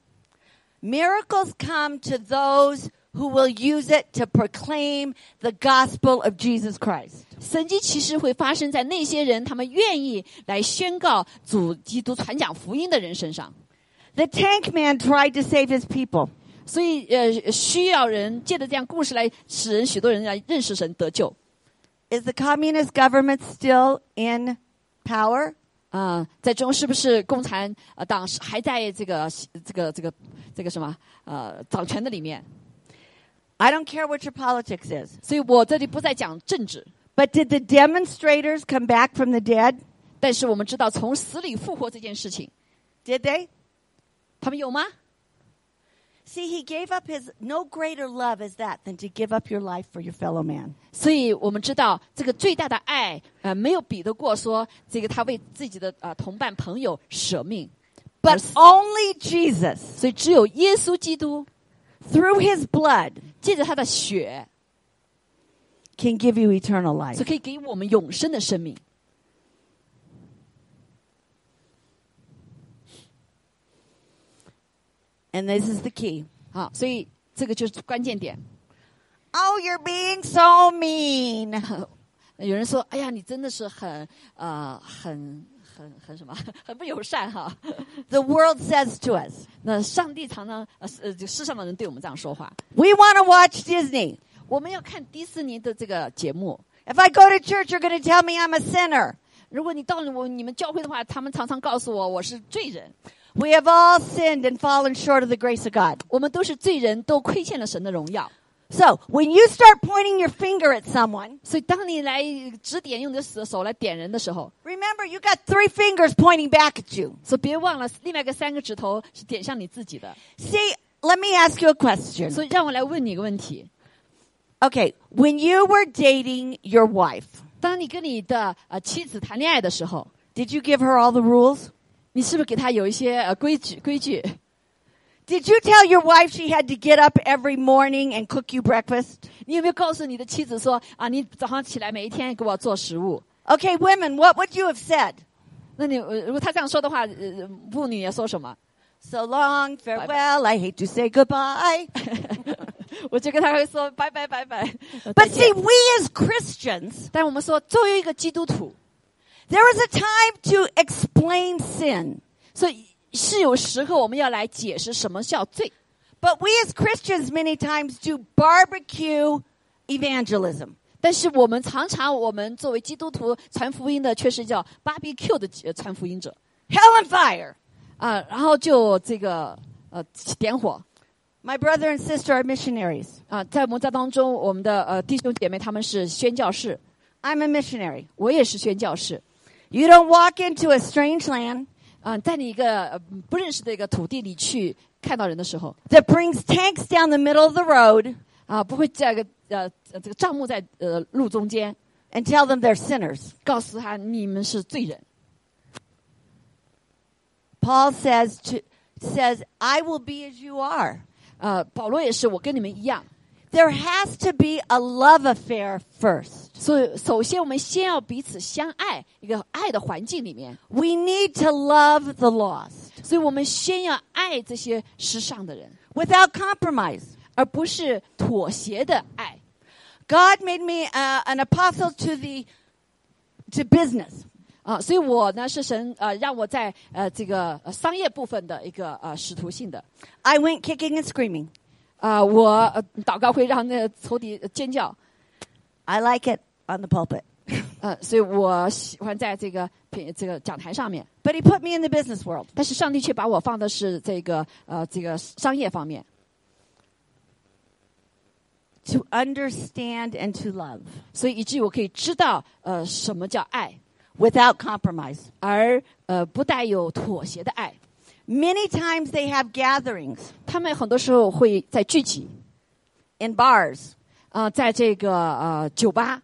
Miracles come to those who will use it to proclaim the gospel of Jesus Christ. 神迹其实会发生在那些人，他们愿意来宣告主基督传讲福音的人身上。 The tank man tried to save his people. 所以，呃，需要人借着这样故事来使人许多人来认识神得救 Is the communist government still in power? 啊、在中是不是共产呃党是还在这个这个这个这个什么呃掌权的里面？ I don't care what your politics is. 所以我这里不再讲政治， But did the demonstrators come back from the dead? 但是我们知道从死里复活这件事情， Did they? 他们有吗？ See, he gave up his no greater love is that than to give up your life for your fellow man. 所以我们知道这个最大的爱，呃，没有比得过说这个他为自己的呃同伴朋友舍命。而 But 死 only Jesus, 所以只有耶稣基督 through his blood, 借着他的血， can give you eternal 所以 life. 可以给我们永生的生命。 And this is the key. 啊，所以这个就是关键点。 Oh, you're being so mean. 有人说：“哎呀，你真的是很呃，很很很什么， 很不友善哈。 The world says to us, ”那上帝常常呃是呃，就世上的人对我们这样说话。 we want to watch Disney. 我们要看迪士尼的这个节目。 If I go to church, you're going to tell me I'm a sinner. 如果你到了我你们教会的话，他们常常告诉我我是罪人。 We have all sinned and fallen short of the grace of God. 我们都是罪人，都亏欠了神的荣耀。 So when you start pointing your finger at someone, 所以，当你来指点用你的手手来点人的时候， remember you got three fingers pointing back at you. 所以别忘了另外一个三个指头是点向你自己的。 See, let me ask you a question. 所以，让我来问你一个问题： Okay, when you were dating your wife, 当你跟你的呃妻子谈恋爱的时候， did you give her all the rules? 你是不是给她有一些呃规矩规矩？ Did you tell your wife she had to get up every morning and cook you breakfast? 你有没有告诉你的妻子说啊，你早上起来每一天给我做食物？ Okay, women, what would you have said? 那你、呃如果她这样说的话，呃，妇女也说什么？ So long, farewell, I hate to say goodbye. 我就跟她会说拜拜拜拜。呃 But 再见 see, we as Christians, 但我们说，作为一个基督徒， there is a time to explain sin. 所以是有时候我们要来解释什么叫罪。 But we as Christians many times do barbecue evangelism. 但是我们常常，我们作为基督徒传福音的，却是叫 BBQ 的呃传福音者 Hell and fire. 啊，然后就这个呃点火 My brother and sister are missionaries. 啊，在我们这当中，我们的呃弟兄姐妹他们是宣教士， I'm a missionary. 我也是宣教士 You don't walk into a strange land 啊，在你一个、呃不认识的一个土地里去看到人的时候 that brings tanks down the middle of the road 啊，不会这个呃这个账目在呃路中间， and tell them they're sinners. 告诉他你们是罪人。 Paul says to says, "I will be as you are." 呃，保罗也是，我跟你们一样， There has to be a love affair first. 所以首先我们先要彼此相爱，一个爱的环境里面。 We need to love the lost 所以我们先要爱这些时尚的人， without compromise. 而不是妥协的爱。 God made me uh, an apostle to the to business. 啊，所以我呢是神呃让我在呃这个呃商业部分的一个呃使徒性的， I went kicking and screaming. 啊、我呃祷告会让那个仇敌尖叫， I like it on the pulpit. 呃，所以我喜欢在这个平这个讲台上面， But he put me in the business world. 但是上帝却把我放的是这个呃这个商业方面， to understand and to love 所以以至于我可以知道呃什么叫爱， without compromise. 而呃不带有妥协的爱。 Many times they have gatherings 他们很多时候会在聚集， in bars. 啊，在这个呃酒吧，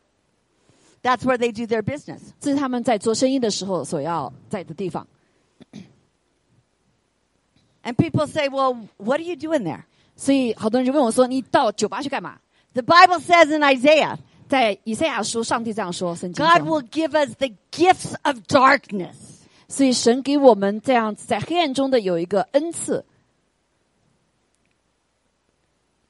That's where they do their business. 这是他们在做生意的时候所要在的地方。 And people say, "Well, what are you doing there?" 所以好多人就问我说：“你到酒吧去干嘛 The Bible says in Isaiah,？” 在以赛亚书，上帝这样说：“圣经 God 上 will give us the gifts of darkness 所以神给我们这样子在黑暗中的有一个恩赐。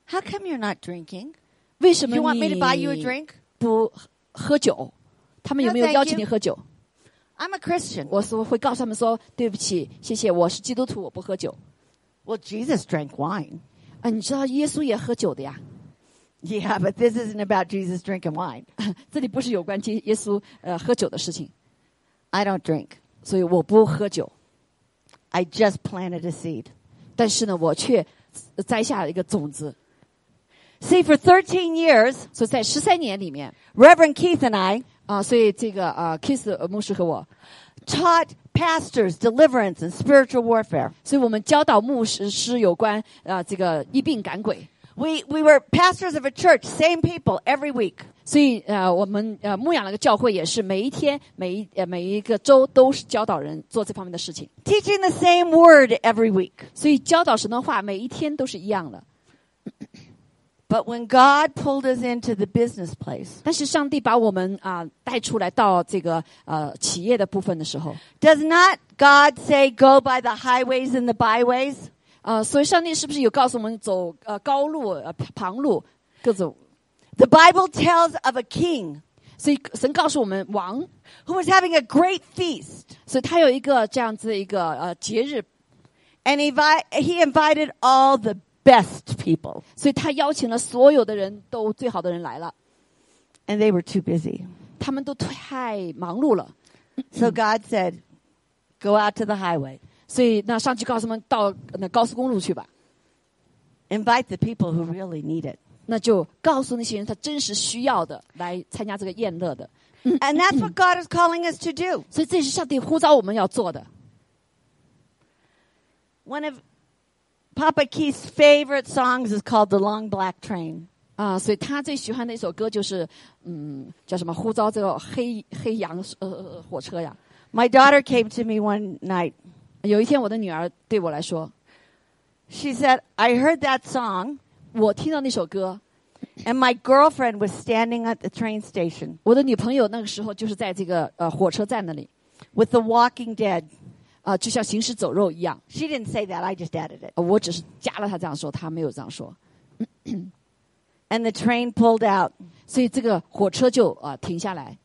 How come you're not drinking? 为什么 You want me to buy you a 你 drink? 不喝酒？他们有没有 No, thank 邀请 you. 你喝酒？ I'm a Christian. 我是会告诉他们说：“对不起，谢谢，我是基督徒，我不喝酒。 Well, Jesus drank wine. ”啊，你知道耶稣也喝酒的呀。 Yeah, but this isn't about Jesus drinking wine. 这里不是有关耶耶稣呃喝酒的事情， I don't drink. 所以我不喝酒。 I just planted a seed. 但是呢，我却呃栽下了一个种子。 See, for 13 years, 所以在十三年里面 Reverend Keith and I 啊，所以这个啊，Kiss 牧师和我， taught pastors deliverance and spiritual warfare. 所以我们教导牧师师有关啊这个医病赶鬼。 We, we were pastors of a church, same people every week. 所以呃，我们呃牧养了个教会，也是每一天每一呃每一个周都是教导人做这方面的事情。 teaching the same word every week. 所以教导神的话，每一天都是一样的。 But when God pulled us into the business place, 但是上帝把我们啊、带出来到这个呃企业的部分的时候， does not God say, go by the highways and the byways? 呃，所以上帝是不是有告诉我们走呃高路、呃旁路各种？ The Bible tells of a king 所以神告诉我们王， who was having a great feast, 所以他有一个这样子的一个呃节日， and he, vi- he invited all the best people, 所以他邀请了所有的人都最好的人来了， and they were too busy. 他们都太忙碌了， So God said, go out to the highway, 所以那上帝告诉我们到那高速公路去吧， invite the people who really need it. 那就告诉那些人他真实需要的来参加这个宴乐的， And that's what God is calling us to do. 所以这是上帝呼召我们要做的。 One of Papa Keith's favorite songs is called The Long Black Train. 啊、所以他最喜欢的一首歌就是，嗯，叫什么？呼召这个黑黑羊呃火车呀。 My daughter came to me one night. 有一天，我的女儿对我来说， She said, I heard that song, 我听到那首歌， and my girlfriend was standing at the train station 我的女朋友那个时候就是在这个呃火车站那里， with The Walking Dead. 啊、就像行尸走肉一样。 She didn't say that, I just added it. 呃我只是加了她这样说，她没有这样说， And the train pulled out, 所以这个火车就啊、呃停下来。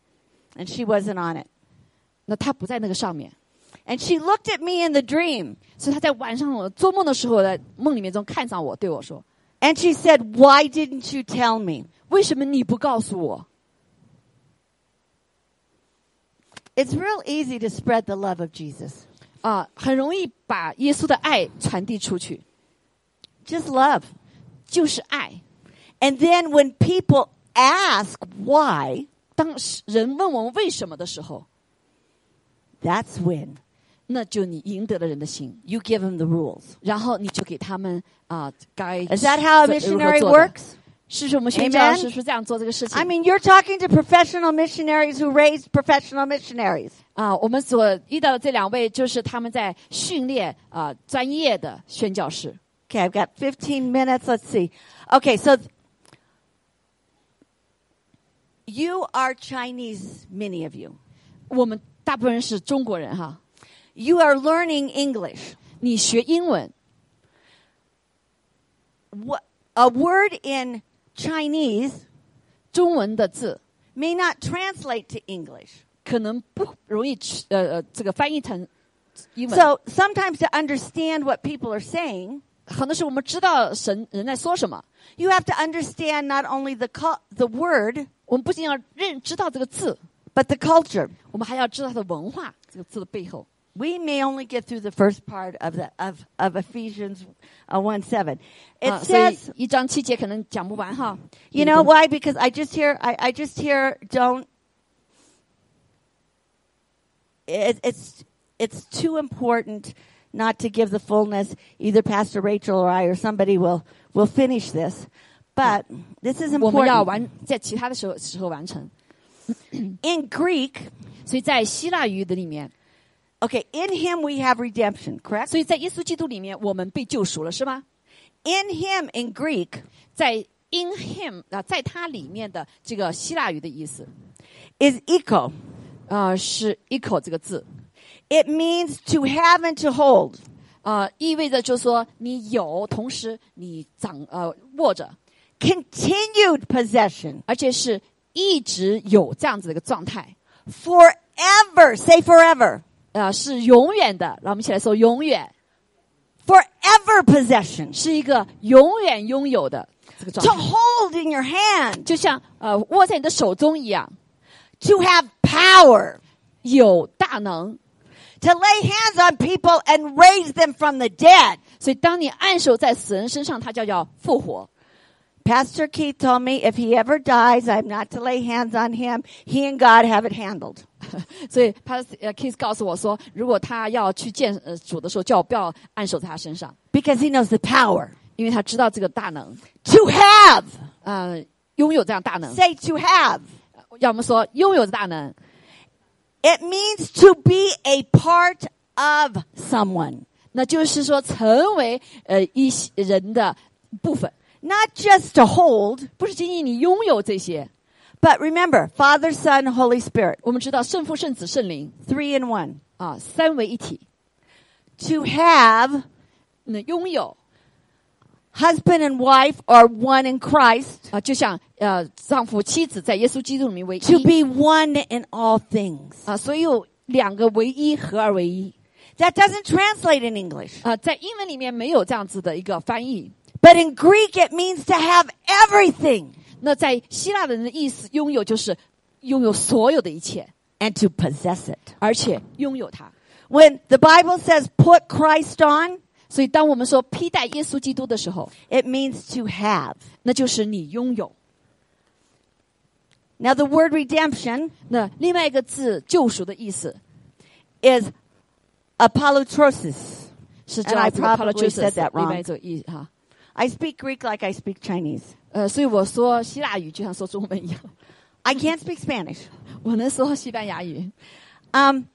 and she wasn't on it. 那她不在那个上面， And she looked at me in the dream, 所以她在晚上我做梦的时候，在梦里面中看上我，对我说 and she said, Why didn't you tell me?：“ 为什么你不告诉我 It's real easy to spread the love of Jesus. 啊、很容易把耶稣的爱传递出去， Just love. 就是爱。 And then when people ask why, 当时人问我们为什么的时候， that's when 那就你赢得了人的心， you give them the rules. 然后你就给他们啊、该 Is that how a 怎如何 missionary 做的 works? 是不是我们宣教 Amen 师是不是这样做这个事情？ I mean, you're talking to professional missionaries who raised professional missionaries. 啊、我们所遇到的这两位就是他们在训练啊、专业的宣教师。 Okay, I've got 15 minutes. Let's see. Okay, so th- you are Chinese, many of you. 我们大部分人是中国人哈， You are learning English. 你学英文， What, a word in Chinese 中文的字 may not translate to English. 可能不容易去呃呃这个翻译成英文。 So sometimes to understand what people are saying, 很多时候我们知道神人在说什么， you have to understand not only the cul- the word 我们不仅要认知道这个字， but the culture. 我们还要知道它的文化这个字的背后。 We may only get through the first part of the of of Ephesians uh, one seven. It 啊，所以 says, 一章七节可能讲不完哈。 you know why? Because I just hear I, I just hear don't. It, it's it's too important not to give the fullness. Either Pastor Rachel or I or somebody will will finish this. But this is 我们要 important. 完在其他的时候时候完成。 In Greek, 所以在希腊语的里面， okay, in him we have redemption, correct? 所以在耶稣基督里面，我们被救赎了，是吗？ in him in Greek 在 in him 啊，在他里面的这个希腊语的意思 is eco. 啊、呃是 equal 这个字 It means to have and to hold. 啊、呃意味着就是说你有，同时你掌呃握着， Continued possession. 而且是一直有这样子的一个状态， Forever. Say forever. 啊，是永远的。让我们一起来说，永远 Forever possession. 是一个永远拥有的这个状 To 态， hold in your hand. 就像呃握在你的手中一样， To have power. 有大能。 To lay hands on people and raise them from the dead. 所以，当你按手在死人身上，他就要复活。 Pastor Keith told me if he ever dies, I'm not to lay hands on him. He and God have it handled. 所以他呃 Kiss 告诉我说，如果他要去见呃主的时候，叫我不要按手在他身上， Because he knows the power. 因为他知道这个大能， To have. 呃，拥有这样大能， Say to have. 要么说拥有大能， It means to be a part of someone, 那就是说成为呃一些人的部分， not just to hold, 不是仅仅你拥有这些。 but remember Father, Son, Holy Spirit, 我们知道圣父、圣子、圣灵 three in one. 啊，三位一体， To have 那嗯拥有 husband and wife are one in Christ, 啊，就像呃丈夫、妻子在耶稣基督里面为 to 一 be one in all things. 啊，所以有两个唯一合二为一 That doesn't translate in English, 啊，在英文里面没有这样子的一个翻译。 but in Greek it means to have everything 那在希腊人的意思，拥有就是拥有所有的一切， and to possess it. 而且拥有它。 When the Bible says put Christ on, 所以，当我们说披戴耶稣基督的时候， it means to have. 那就是你拥有。 Now the word redemption 那另外一个字“救赎”的意思 is apolotrosis. 是 And 叫 I 这 probably 个 said that wrong. 另外一种意哈。 I speak Greek like I speak Chinese. 呃，所以我说希腊语就像说中文一样， I can't speak Spanish. 我能说西班牙语。 Um,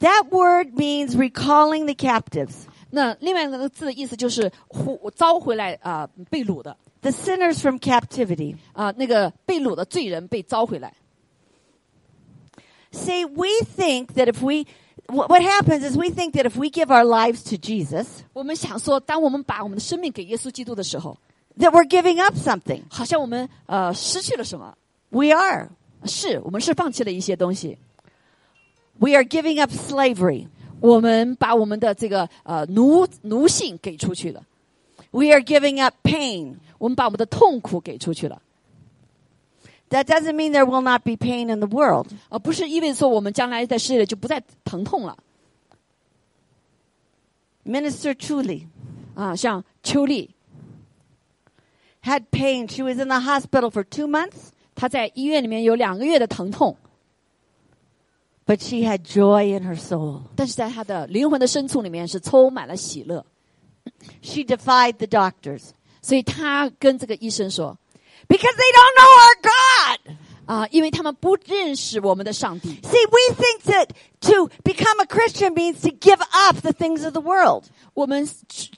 that word means recalling the captives, 那另外一个字的意思就是呼招回来啊、呃被掳的 the sinners from captivity. 啊、那个被掳的罪人被招回来。 See, we think that if we, what, what happens is we think that if we give our lives to Jesus, 我们想说，当我们把我们的生命给耶稣基督的时候， that we're giving up something. 好像我们呃失去了什么？ We are. 是我们是放弃了一些东西， We are giving up slavery. 我们把我们的这个呃奴奴性给出去了， We are giving up pain. 我们把我们的痛苦给出去了， That doesn't mean there will not be pain in the world. 而不是意味着说我们将来在世界里就不再疼痛了 Minister Chuli 啊。像秋丽， had pain. She was in the hospital for two months. 她在医院里面有两个月的疼痛， But she had joy in her soul. 但是在她的灵魂的深处里面是充满了喜乐， She defied the doctors 所以她跟这个医生说 because they don't know our God. 啊，因为他们不认识我们的上帝。 See, we think that to become a Christian means to give up the things of the world. 我们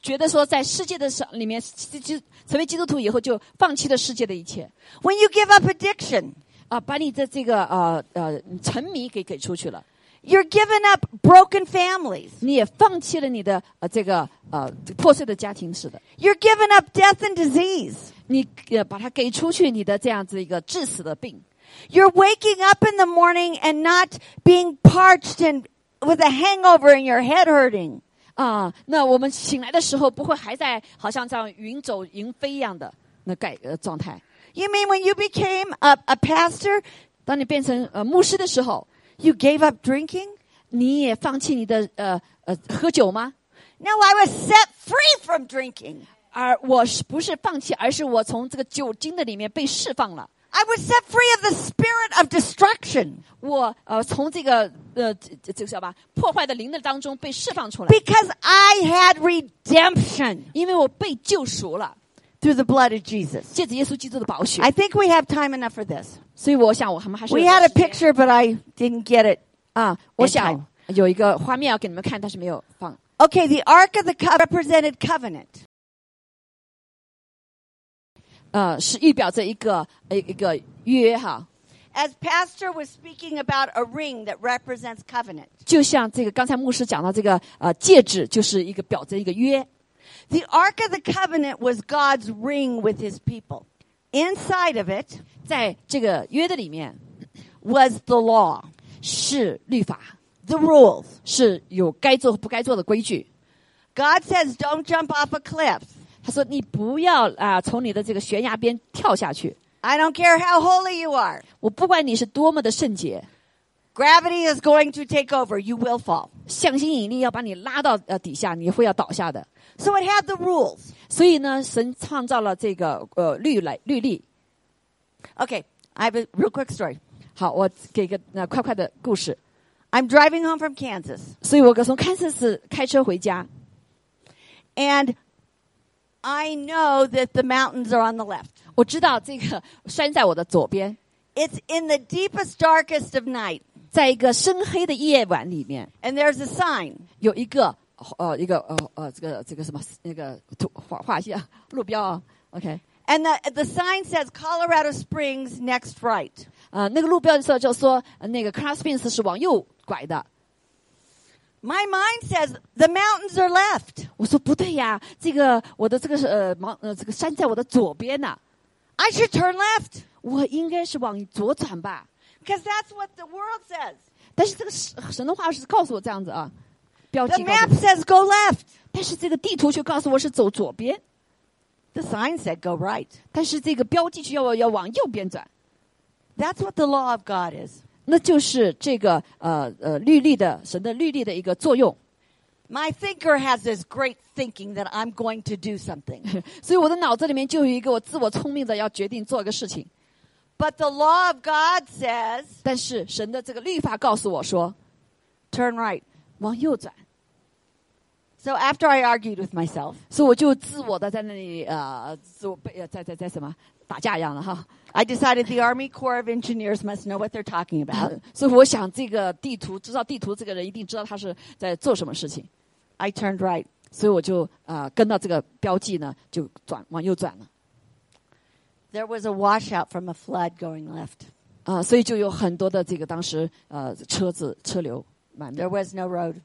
觉得说，在世界的上里面，基基成为基督徒以后，就放弃了世界的一切， When you give up addiction, 啊，把你的这个呃呃沉迷给给出去了， you're giving up broken families. 你也放弃了你的呃这个呃破碎的家庭似的， You're giving up death and disease. 你呃把它给出去，你的这样子一个致死的病， You're waking up in the morning and not being parched and with a hangover and your head hurting. 啊，那我们醒来的时候不会还在好像这样云走云飞一样的那改呃状态。 You mean when you became a, a pastor, 当你变成呃牧师的时候， you gave up drinking? 你也放弃你的呃呃喝酒吗？ No, I was set free from drinking. 而我是不是放弃，而是我从这个酒精的里面被释放了。 I was set free of the spirit of destruction 我呃从这个呃这这这个叫什么破坏的灵的当中被释放出来， because I had redemption 因为我被救赎了， through the blood of Jesus. 借着耶稣基督的宝血。 I think we have time enough for this. 所以我想我们还是哎 We 有点 had a 时间 picture, 哎 but I didn't get it. 啊，我 in 想 time 有一个画面要给你们看，但是没有放。 Okay, the Ark of the Co- represented covenant. 呃，是预表着一个呃一一个约哈， As Pastor was speaking about a ring that represents covenant, 就像这个刚才牧师讲到这个呃戒指，就是一个表征一个约。 the Ark of the Covenant was God's ring with his people. Inside of it 在这个约的里面 was the law, 是律法， the rules. 是有该做和不该做的规矩。 God says, don't jump off a cliff. 他说：“你不要啊、从你的这个悬崖边跳下去。 I don't care how holy you are. 我不管你是多么的圣洁， Gravity is going to take over. You will fall. 向心引力要把你拉到呃底下，你会要倒下的。 So it had the rules. 所以呢，神创造了这个呃律来律例。 Okay, I have a real quick story. 好，我给一个呃快快的故事。 I'm driving home from Kansas, 所以我从堪萨斯开车回家， and I know that the mountains are on the left. 我知道这个 山在我的左边， It's in the deepest, darkest of night, 在一个深黑的夜晚里面， and there's a sign. 有一个呃一个呃呃这个这个什么那个图画画像路标啊，OK， And the, the sign says Colorado Springs, next right. 呃那个路标就就说呃那个 c r o s s p i n s 是往右拐的。 My mind says the mountains are left. 我说不对呀，这个我的这个是呃盲呃这个山在我的左边呢、 I should turn left 我应该是往左转吧。 because that's what the world says. 但是这个神神的话是告诉我这样子啊，标 The 记告诉 map 我， says go left. 但是这个地图却告诉我是走左边。 The sign said go right. 但是这个标记区要要往右边转， That's what the law of God is. 那就是这个呃呃律例的神的律例的一个作用。 My thinker has this great thinking that I'm going to do something. 所以我的脑子里面就有一个我自我聪明的要决定做一个事情， but the law of God says 但是神的这个律法告诉我说 turn right. 往右转， So after I argued with myself, 所以我就自我的在那里呃自我被呃在在在什么打架一样了哈。 I decided the Army Corps of Engineers must know what they're talking 啊 about. 所以我想这个地图知道地图这个人一定知道他是在做什么事情， I turned right. 所以我就呃跟到这个标记呢就转往右转了。 There was a washout from a flood going left. 啊、所以就有很多的这个当时呃车子车流满面 There，was no road.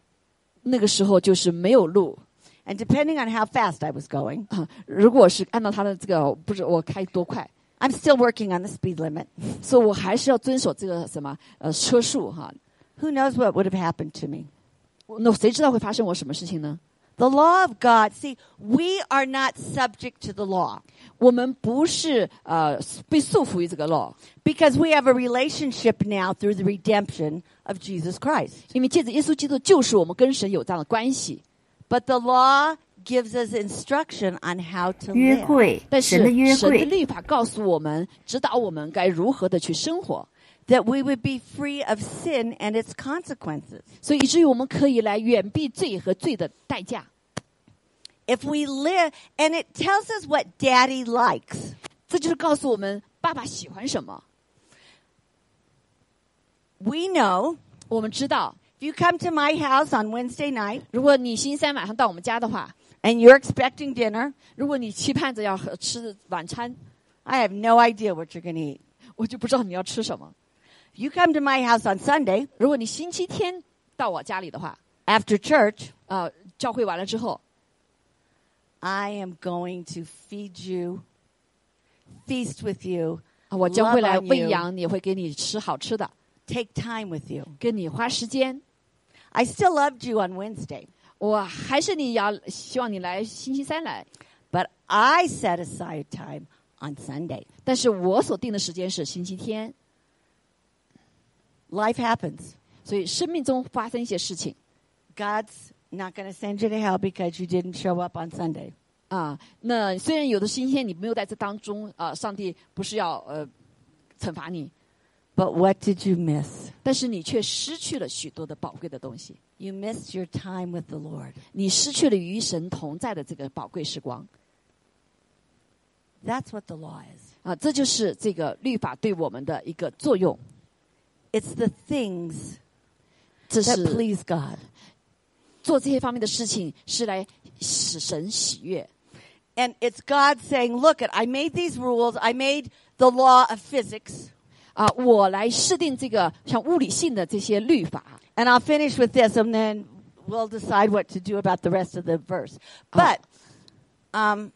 那个时候就是没有路 And depending on how fast I was going, 啊、如果是按照他的这个，不是我开多快， I'm still working on the speed limit. 所以我还是要遵守这个什么呃车速哈。 Who knows what would have happened to me? 我那谁知道会发生我什么事情呢？ The law of God, see, we are not subject to the law 我们不是呃被束缚于这个 law， because we have a relationship now through the redemption of Jesus Christ. 因为借着耶稣基督的救赎，我们跟神有这样的关系。 But the law gives us instruction on how to 约 live. 柜，但是神的约神的柜，律法告诉我们，指导我们该如何的去生活， that we would be free of sin and its consequences. 所以以至于我们可以来远避罪和罪的代价。 If we live, and it tells us what daddy likes. 这就是告诉我们爸爸喜欢什么。 We know 我们知道， if you come to my house on Wednesday night 如果你星期三晚上到我们家的话， and you're expecting dinner, 如果你期盼着要喝吃晚餐， I have no idea what you're going to eat. 我就不知道你要吃什么。 If you come to my house on Sunday 如果你星期天到我家里的话， after church, 呃，教会完了之后， I am going to feed you, feast with you, 啊我将会来 love on 喂 you, 养你，会给你吃好吃的， take time with you. 给你花时间。 I still loved you on Wednesday, 我还是你要希望你来星期三来， but I set aside time on Sunday. 但是我所定的时间是星期天， Life happens. 所以生命中发生一些事情 God's not going to send you to hell because you didn't show up on Sunday. 啊。那虽然有的星期天你没有在这当中啊、上帝不是要呃惩罚你， But what did you miss? 但是你却失去了许多的宝贵的东西， You missed your time with the Lord. 你失去了与神同在的这个宝贵时光 That's what the law is. 啊！这就是这个律法对我们的一个作用， It's the things 这 that 是 please God. 做这些方面的事情是来使神喜悦。 And it's God saying, look, I made these rules. I made the law of physics. 啊，我来设定这个像物理性的这些律法 And I'll finish with this and then we'll decide what to do about the rest of the verse. But um,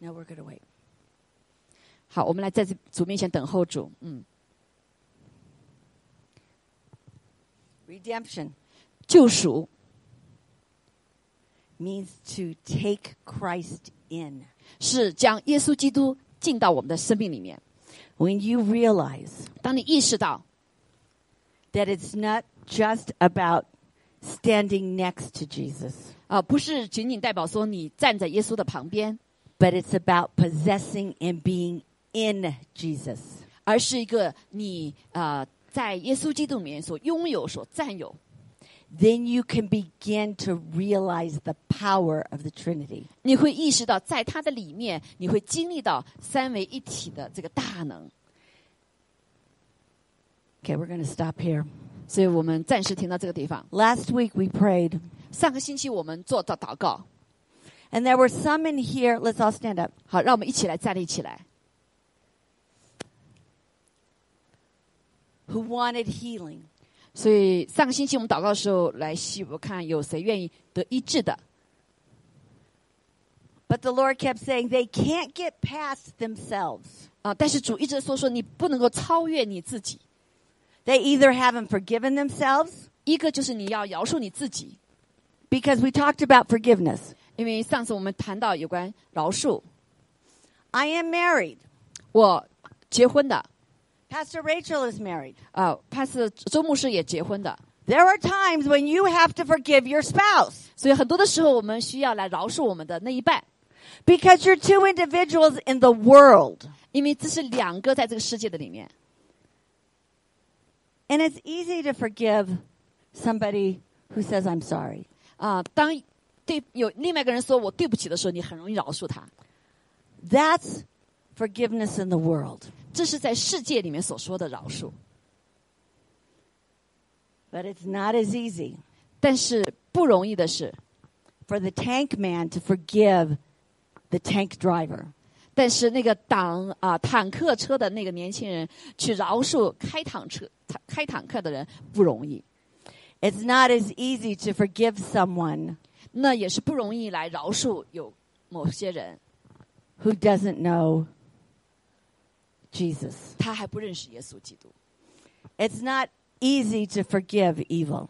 no, we're going to wait. 好，我们来在这主面前等候主。嗯， Redemption. 救赎 means to take Christ in. 是将耶稣基督进到我们的生命里面。 When you realize 当你意识到 that it's not just about standing next to Jesus, 啊、不是仅仅代表说你站在耶稣的旁边， but it's about possessing and being in Jesus. 而是一个你呃在耶稣基督里面所拥有、所占有， Then you can begin to realize the power of the Trinity. 你会意识到在它的里面，你会经历到三位一体的这个大能。 Okay, we're going to stop here. 所以我们暂时停到这个地方。 Last week we prayed, 上个星期我们做到祷告， and there were some in here. Let's all stand up. 好，让我们一起来站立起来。 Who wanted healing? 所以上个星期我们祷告的时候，来希我看有谁愿意得医治的， But the Lord kept saying they can't get past themselves. 啊，但是主一直说说你不能够超越你自己， They either haven't forgiven themselves, 一个就是你要饶恕你自己， because we talked about forgiveness. 因为上次我们谈到有关饶恕， I am married. 我结婚的， Pastor Rachel is married. 啊，他是周牧师也结婚的， There are times when you have to forgive your spouse 所以很多的时候我们需要来饶恕我们的那一半， because you're two individuals in the world. 因为这是两个在这个世界的里面， And it's easy to forgive somebody who says, I'm sorry. 啊，当对有另外一个人说我对不起的时候，你很容易饶恕他， That's forgiveness in the world. 这是在世界里面所说的饶恕， But it's not as easy 但是不容易的是。 for the tank man to forgive the tank driver. 但是那个挡啊、坦克车的那个年轻人去饶恕开坦车、坦开坦克的人不容易， It's not as easy to forgive someone 那也是不容易来饶恕有某些人， who doesn't know Jesus. 他还不认识耶稣基督， It's not easy to forgive evil.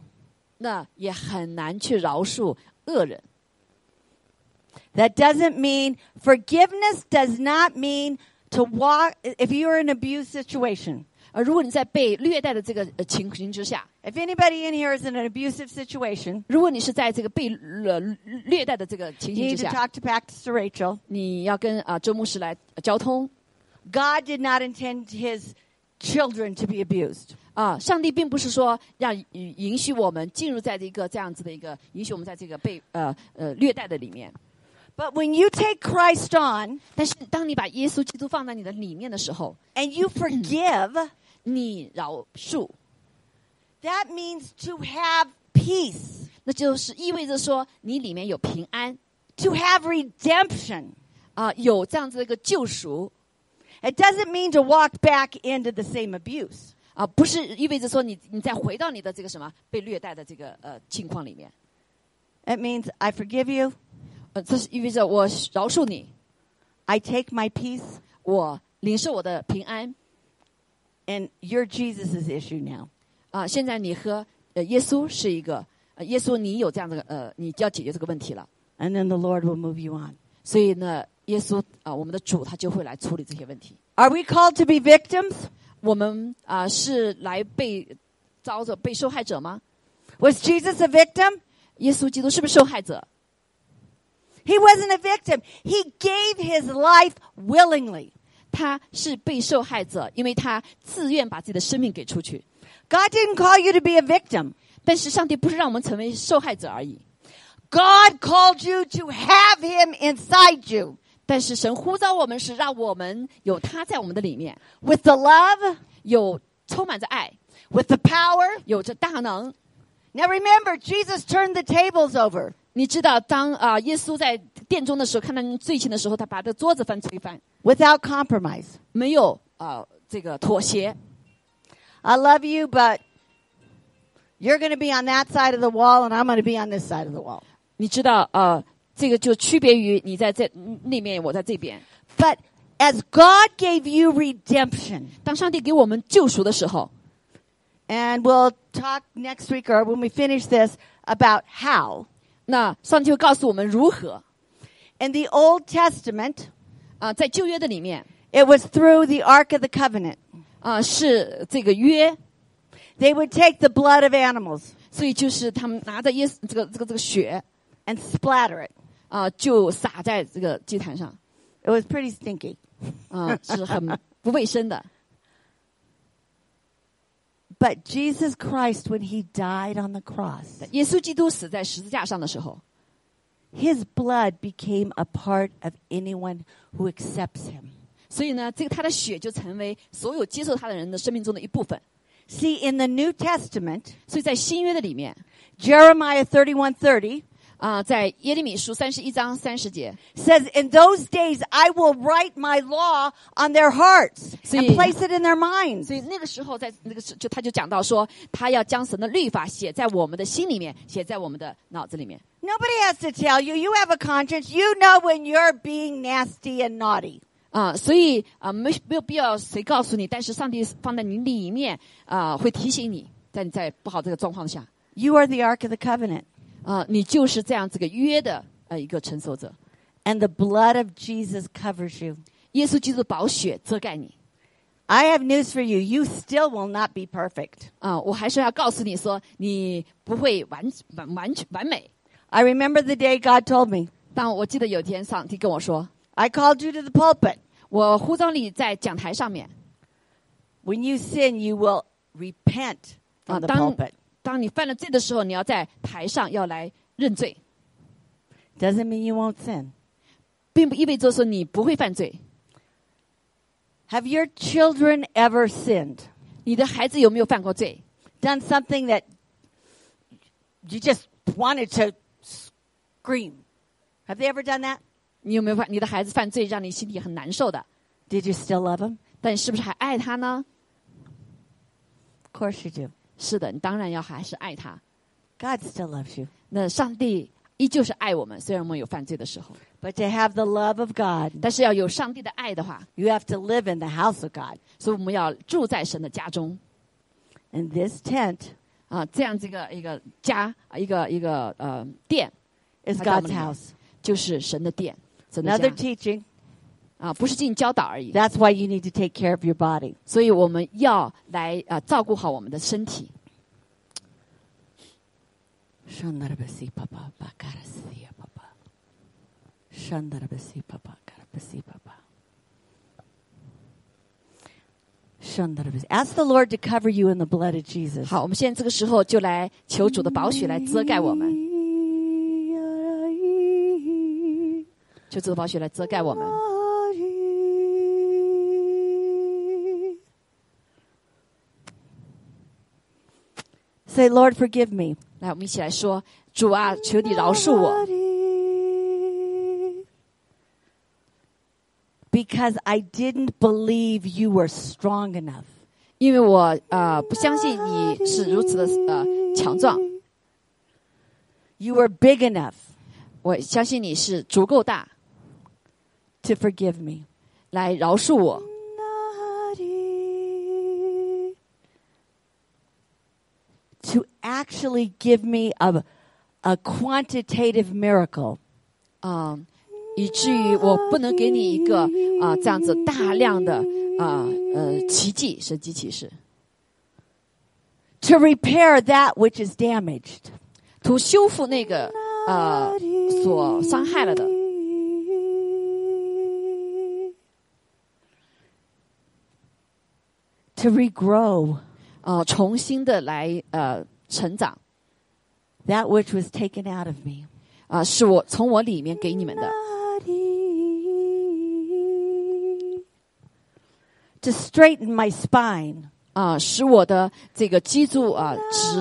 那也很难去饶恕恶人。 That doesn't mean forgiveness does not mean to walk if you're in an abuse situation. 而如果你在被虐待的这个呃情形之下， If anybody in here is in an abusive situation, 如果你是在这个被呃虐待的这个情 you 形之 need to 下， talk to Pastor Rachel. 你要跟啊、周牧师来呃交通 God did not intend his children to be abused. 啊、上帝并不是说让允允许我们进入在这一个这样子的一个允许我们在这个被呃呃虐待的里面。 But when you take Christ on 但是当你把耶稣基督放在你的里面的时候， and you forgive, 你饶恕， that means to have peace, 那就是意味着说你里面有平安 to have redemption. 啊、有这样子的一个救赎 It doesn't mean to walk back into the same abuse. 啊、不是意味着说你你再回到你的这个什么被虐待的这个呃境况里面， It means I forgive you, 呃，这是意味着我饶恕你， I take my peace, 我领受我的平安 and you're Jesus' issue now. 啊、现在你和呃耶稣是一个，呃、耶稣你有这样的呃，你就要解决这个问题了， And then the Lord will move you on. 所以呢，耶稣啊、我们的主他就会来处理这些问题。 Are we called to be victims? 我们啊、是来被遭着被受害者吗？ Was Jesus a victim? 耶稣基督是不是受害者？ He wasn't a victim. He gave his life willingly. 他是被受害者，因为他自愿把自己的生命给出去。 God didn't call you to be a victim. 但是上帝不是让我们成为受害者而已， God called you to have him inside you 但是神呼召我们是让我们有他在我们的里面， with the love, 有充满着爱， with the power. 有着大能。 Now remember, Jesus turned the tables over. 你知道，当啊、耶稣在殿中的时候，看到人罪行的时候，他把这个桌子翻推翻， without compromise. 没有啊、这个妥协。 I love you, but you're going to be on that side of the wall, and I'm going to be on this side of the wall. 你知道，呃，这个就区别于你在这嗯那面，我在这边。 But as God gave you redemption, 当上帝给我们救赎的时候， and we'll talk next week or when we finish this about how. 那上帝会告诉我们如何 In the Old Testament, 啊、在旧约的里面 it was through the Ark of the Covenant. 啊、是这个约， They would take the blood of animals 所以就是他们拿着耶稣这个这个这个血 and splatter it. 啊、就撒在这个祭坛上 It was pretty stinky. 啊、是很不卫生的。 But Jesus Christ, when he died on the cross, 耶稣基督死在十字架上的时候， His blood became a part of anyone who accepts him. 所以呢，这个他的血就成为所有接受他的人的生命中的一部分。 See, in the New Testament, 所以在新约的里面 Jeremiah 31:30啊、在耶利米书三十一章三十节， says, "In those days I will write my law on their hearts and See. place it in their minds." 所以那个时候在那个时就他就讲到说，他要将神的律法写在我们的心里面，写在我们的脑子里面。 Nobody has to tell you. You have a conscience. You know when you're being nasty and naughty. 啊、所以啊、没没有必要谁告诉你，但是上帝放在你里面啊、会提醒你，在你在不好这个状况下， You are the ark of the covenant, 啊、你就是这样这个约的呃一个承受者。 and the blood of Jesus covers you. 耶稣基督的宝血遮盖你 I have news for you. You still will not be perfect. 啊、我还是要告诉你说，你不会完完完全完美。 I remember the day God told me, 但我记得有一天上帝跟我说， I called you to the pulpit. 我呼召你在讲台上面 When you sin, you will repent 啊、 on the 当 pulpit. 当你犯了罪的时候，你要在台上要来认罪， Doesn't mean you won't sin. 并不意味着说你不会犯罪。 Have your children ever sinned? 你的孩子有没有犯过罪？ Done something that you just wanted to scream? Have they ever done that? 你有没有犯？你的孩子犯罪让你心里很难受的， Did you still love them? 但你是不是还爱他呢？ Of course you do. 是的，你当然要还是爱他。 God still loves you. 那上帝依旧是爱我们，虽然我们有犯罪的时候， But to have the love of God, 但是要有上帝的爱的话， you have to live in the house of God. 所以我们要住在神的家中 And this tent 啊，这样这个一个家，啊一个一个呃殿， is 他在我们 God's 里面 house. 就是神的殿，神的 Another 家 teaching. 啊，不是进行教导而已。 That's why you need to take care of your body. 所以我们要来啊、照顾好我们的身体。 Shandarabasi papa bakarasiya papa. Shandarabasi papa karabasi papa. Shandarabasi. Ask the Lord to cover you in the blood of Jesus. 好，我们现在这个时候就来求主的宝血来遮盖我们，求主的宝血来遮盖我们。 Say, Lord, forgive me. 来，我们一起来说：主啊，求你饶恕我， Because I didn't believe you were strong enough. 因为我啊不相信你是如此的呃强壮， You were big enough 我相信你是足够大 to forgive me. 来饶恕我。 To actually give me a, a quantitative miracle 嗯、以至于我不能给你一个啊、这样子大量的啊呃奇迹神迹启示， to repair that which is damaged. 图修复那个呃所伤害了的。 To regrow 呃重新的来呃成长 that which was taken out of me. 啊、是我从我里面给你们的， To straighten my spine. 啊、使我的这个脊柱啊、直。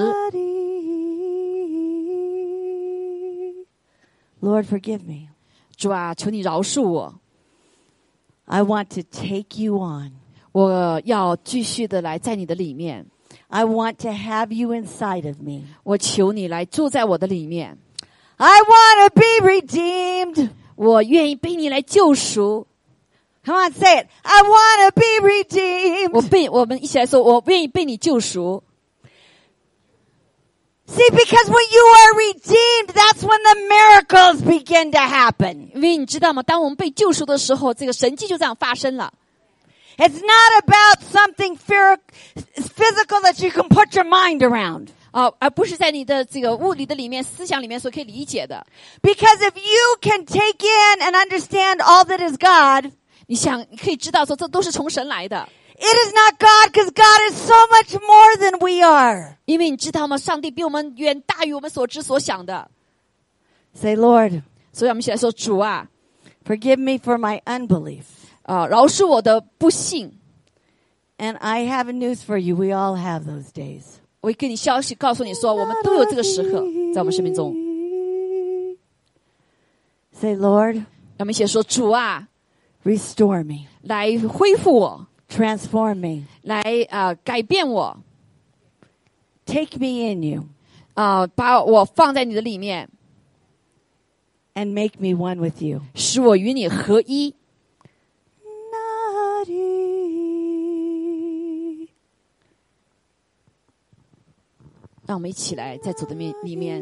Lord, forgive me. 主啊，求你饶恕我， I want to take you on. 我要继续的来在你的里面， I want to have you inside of me. 我求你来住在我的里面， I want to be redeemed. 我愿意被你来救赎。 Come on, say it. I want to be 我 redeemed. 被我们一起来说，我愿意被你救赎。 See, because when you are redeemed, that's when the miracles begin to happen. 因为你知道吗？当我们被救赎的时候，这个神迹就这样发生了。 It's not about something fer- physical that you can put your mind around. 啊、而不是在你的这个物理的里面、思想里面所可以理解的。 Because if you can take in and understand all that is God, 你想，你可以知道说，这都是从神来的， it is not God because God is so much more than we are. 因为你知道吗？上帝比我们远大于我们所知所想的。 Say, Lord, 所以，我们一起来说，主啊， forgive me for my unbelief. 啊、饶恕我的不幸。 And I have news for you. We all have those days. 我给你消息，告诉你 Oh, 说，我们都有这个时刻在我们生命中。 Say, Lord, 让我们一起来说，主啊， restore me, 来恢复我， transform me, 来啊、改变我， take me in you, 啊、把我放在你的里面， and make me one with you. 使我与你合一。让我们一起来在主的面里面。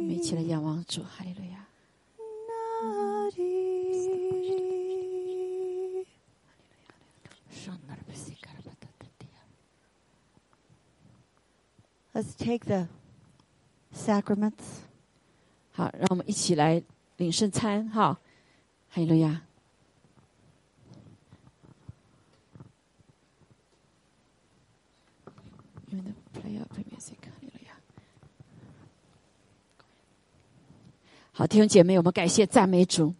我们一起来仰望主，哈利路亚！ Let's take the sacraments. 好，让我们一起来领圣餐，哈，哈利路亚！You wanna play up the music，哈利路亚！好，弟兄姐妹，我们感谢赞美主。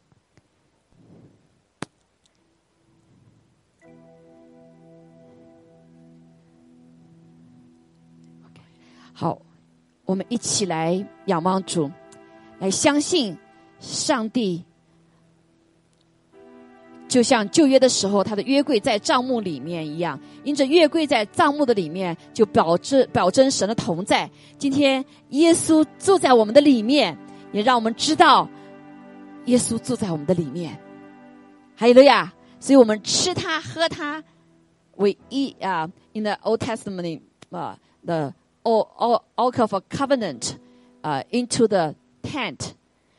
好，我们一起来仰望主，来相信上帝。就像旧约的时候，他的约柜在帐幕里面一样，因着约柜在帐幕的里面，就表征表征神的同在。今天耶稣住在我们的里面，也让我们知道耶稣住在我们的里面。还有路亚，所以我们吃它喝它，we eat uh, in the Old Testament uh, the Ar- Ar- Ark of a Covenant uh, into the tent,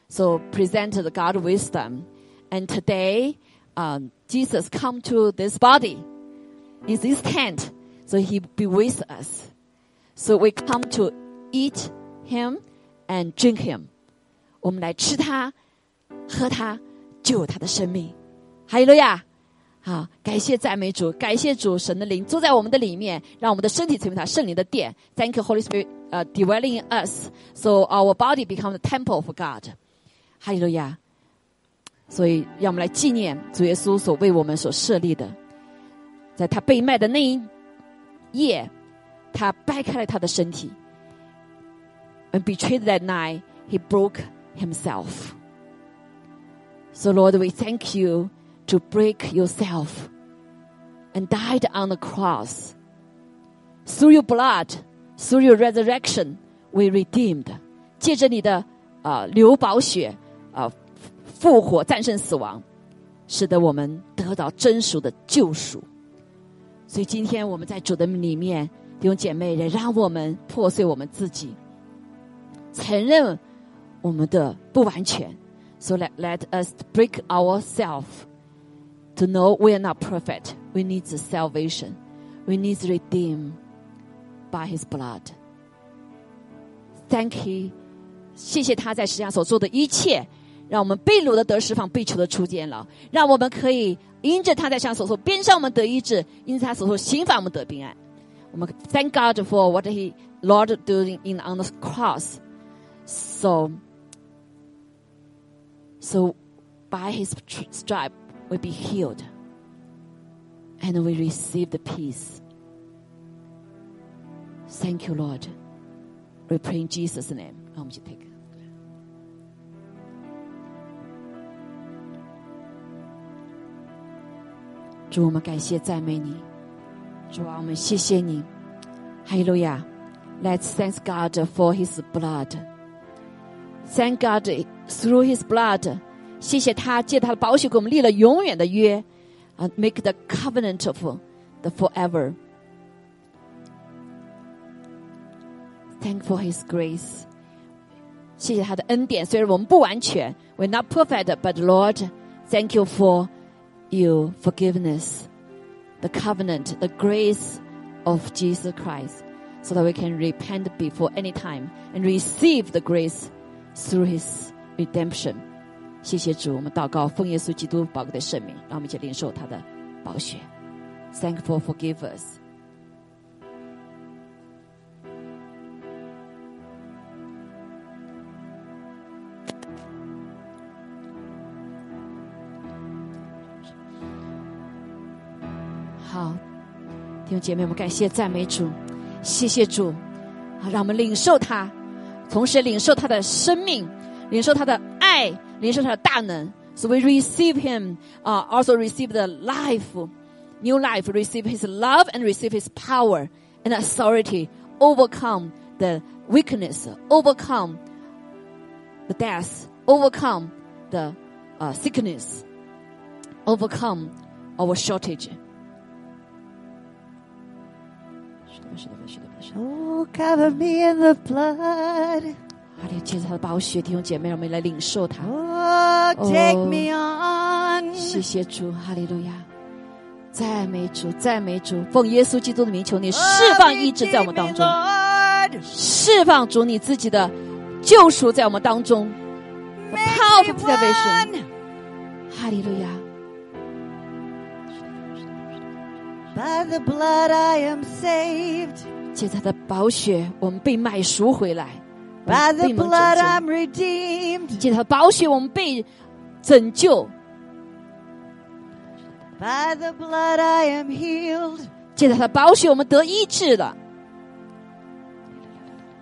so presented God wisdom, and today um, Jesus come to this body in this tent, so He be with us. So we come to eat Him and drink Him. 我们来吃它，喝它，就有它的生命。哈利路亚！好，感谢赞美主，感谢主，神的灵住在我们的里面，让我们的身体成为他圣灵的殿。Thank you, Holy Spirit, 呃、d w e l l i n g in us, so our body become the temple of God. 哈利路亚！所以，让我们来纪念主耶稣所为我们所设立的，在他被卖的那一夜，他掰开了他的身体。And betrayed that night, he broke himself. So, Lord, we thank you to break yourself and died on the cross. Through your blood, through your resurrection, we redeemed. 借着你的啊、呃流宝血啊、呃复活，战胜死亡，使得我们得到真实的救赎。所以今天我们在主的里面，弟兄姐妹，也让我们破碎我们自己，承认我们的不完全。So let let us break ourselves to know we are not perfect. We need the salvation. We need to redeem by His blood. Thank He，谢谢他在世上所做的一切，让我们被掳的得释放，被囚的出监牢，让我们可以因着他在世上所受鞭伤，我们得医治；因着他所受刑罚，我们得平安。我们 Thank God for what He Lord doing in on the cross. So. So by his tr- stripe we be healed and we receive the peace. Thank you, Lord. We pray in Jesus' name. 让我们去 take。主，我们感谢赞美你，主啊，我们谢谢你，哈利路亚。Let's thank God for His blood. Thank God through His blood，谢谢他借他的宝血给我们立了永远的约，啊，make the covenant of the forever。Thank for His grace，谢谢他的恩典。虽然我们不完全，we're not perfect，but Lord，thank you for your forgiveness, the covenant, the grace of Jesus Christ, so that we can repent before any time and receive the grace through His redemption. 谢谢主，我们祷告，奉耶稣基督宝贵的圣名，让我们一起领受他的宝血。Thankful, forgive us. us。好，弟兄姐妹，我们感谢赞美主，谢谢主，啊，让我们领受他，同时领受他的生命，领受他的爱，领受他的大能。So we receive him, uh, also receive the life, new life, receive his love and receive his power and authority, overcome the weakness, overcome the death, overcome the uh, sickness, overcome our shortage. Oh, cover me in the blood. 好的，借着他的宝血，弟兄姐妹，让我们来领受他。 Oh, take Oh. me on. 谢谢主，哈利路亚！赞美主，赞美主！奉耶稣基督的名求你释 Love 放 you, 医治在我 keep 们 me, 当中， Lord. 释放主你自己的救赎在我们当中。The power of salvation，哈利路亚！ By the blood I am saved. 借他的宝血，我们被卖赎回来 By 我们 the 被蒙 blood 拯 I'm redeemed. 救；借他的宝血，我们被拯救； By the blood I am healed. 借他的宝血，我们得医治了。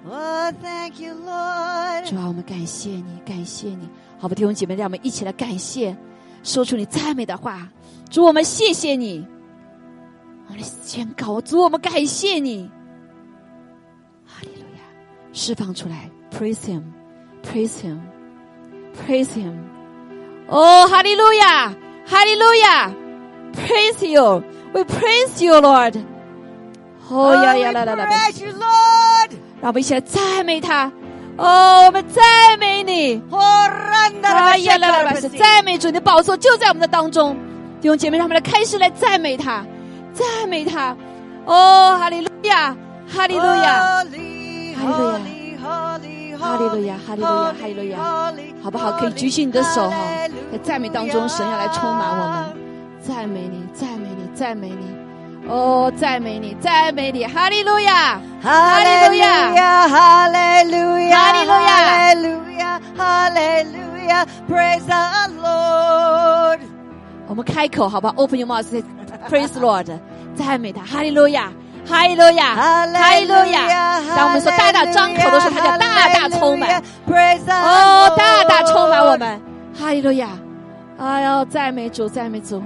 Oh, thank you, Lord. 主啊，我们感谢你，感谢你，好吧，弟兄姐妹，让我们一起来感谢，说出你赞美的话。主，我们谢谢你，我们来宣告，主，我们感谢你。哈利路亚，释放出来，praise him，praise him，praise him。哦，哈利路亚，哈利路亚，praise you，we praise you, Lord。哦呀 Oh, 呀 we 啦啦啦！ praise you, Lord. 让我们一起来赞美他。哦，我们赞美你。 Oh, randa 哎 la 呀，来来 bashaka 来， rabasi. 赞美主，你的宝座就在我们的当中。弟兄姐妹，让我们来开始来赞美他，赞美他。哦，哈利路亚，哈利路哦亚。 Holy, Hallelujah. holy, holy, 哈利路亚，哈利路亚，哈利路 holy, 亚， holy, 好不好？可以举起你的手哈 Hallelujah，在赞美当中，神要来充满我们，赞美你，赞美你，赞美你，哦，赞美你，赞美你，哈利路亚， Hallelujah, hallelujah, Hallelujah. hallelujah, hallelujah. Praise the Lord. 我们开口好吧？Open your mouth，praise Lord，赞美他，哈利路亚，哈利路亚，哈利路亚。当我们说大大张口的时候，他就大大充满， Praise the 哦， Lord. 大大充满我们，哈利路亚，哎呦，赞美主，赞美主，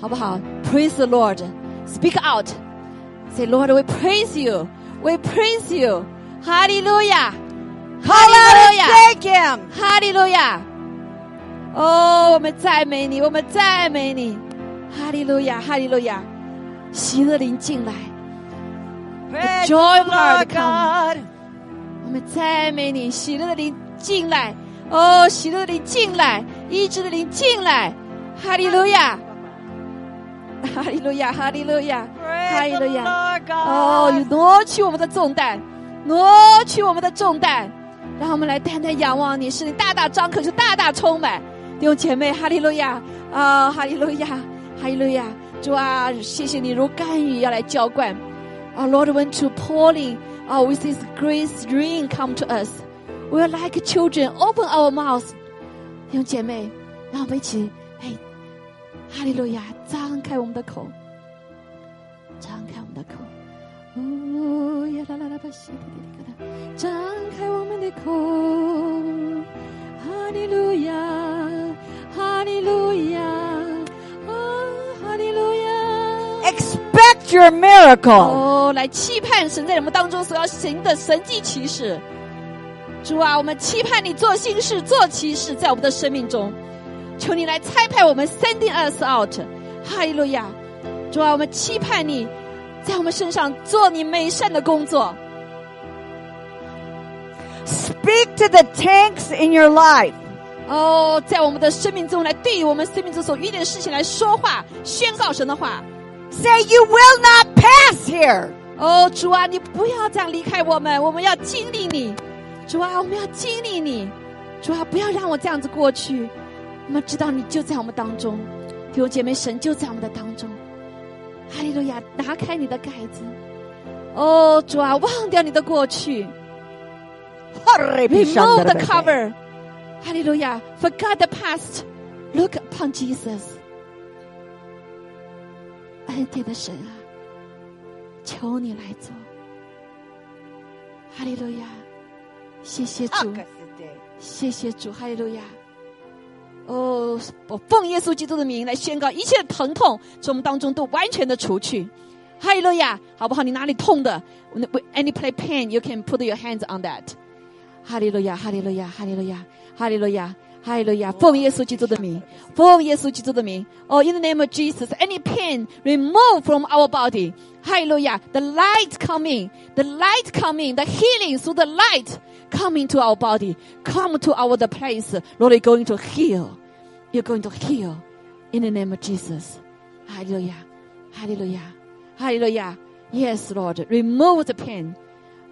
好不好？Praise the Lord，speak out，say Lord，we praise you，we praise you，哈利路亚，哈 Come on 利路 and 亚。 thank Him. 哈利路亚！哦，我们赞美你，我们赞美你，哈利路亚，哈利路亚！喜乐灵进来， Praise joy the of our Lord God. 我们赞美你，喜乐的灵进来，哦，喜乐的灵进来，医治的灵进来，哈利路亚，哈利路亚，哈利路亚，哈利 Praise 路 the 亚！ Lord 哦，你 God. 挪去我们的重担，挪去我们的重担，让我们来单单仰望你，使你大大张口，就大大充满。弟兄姐妹，哈利路亚啊，哈利路亚，哈利路亚！主啊，谢谢你如甘雨要来浇灌。Our Lord went to pouring uh, with His grace rain come to us. We are like children, open our mouths. 弟兄姐妹，让我们一起，哎，哈利路亚，张开我们的口，张开我们的口。哦呀啦啦啦吧西滴滴滴嘎哒，张开我们的口，哈利路亚，哈利路亚，啊，哈利路亚。 Expect your miracle. 哦，来期盼神在我们当中所要行的神迹奇事。主啊，我们期盼你做新事、做奇事，在我们的生命中。求你来差派我们，sending us out。哈利路亚！主啊，我们期盼你在我们身上做你美善的工作。 Speak to the tanks in your life. 哦，在我们的生命中来对于我们生命中所遇见的事情来说话，宣告神的话。 Say you will not pass here. 哦，主啊，你不要这样离开我们，我们要经历你，主啊，我们要经历你，主啊，不要让我这样子过去。我们知道你就在我们当中，弟兄姐妹，神就在我们的当中。哈利路亚！打开你的盖子，哦，主啊，忘掉你的过去，remove the cover。哈利路亚！Forget the past, look upon Jesus。恩典的神啊！求你来做。哈利路亚，谢谢主，谢谢主，哈利路亚。哦，我奉耶稣基督的名来宣告，一切疼痛从我们当中都完全的除去。哈利路亚，好不好？你哪里痛的？Any play pain, you can put your hands on that。哈利路亚，哈利路亚，哈利路亚，哈利路亚，哈利路亚！奉耶稣基督的名，奉耶稣基督的名。哦、i n Oh, the name of Jesus, any pain remove from our body. 哈利路亚，the light coming, the light coming, the healing through the light coming to our body, come to our the place. Lord, you're going to heal. You're going to heal in the name of Jesus. Hallelujah. Hallelujah. Hallelujah. Yes, Lord. Remove the pain.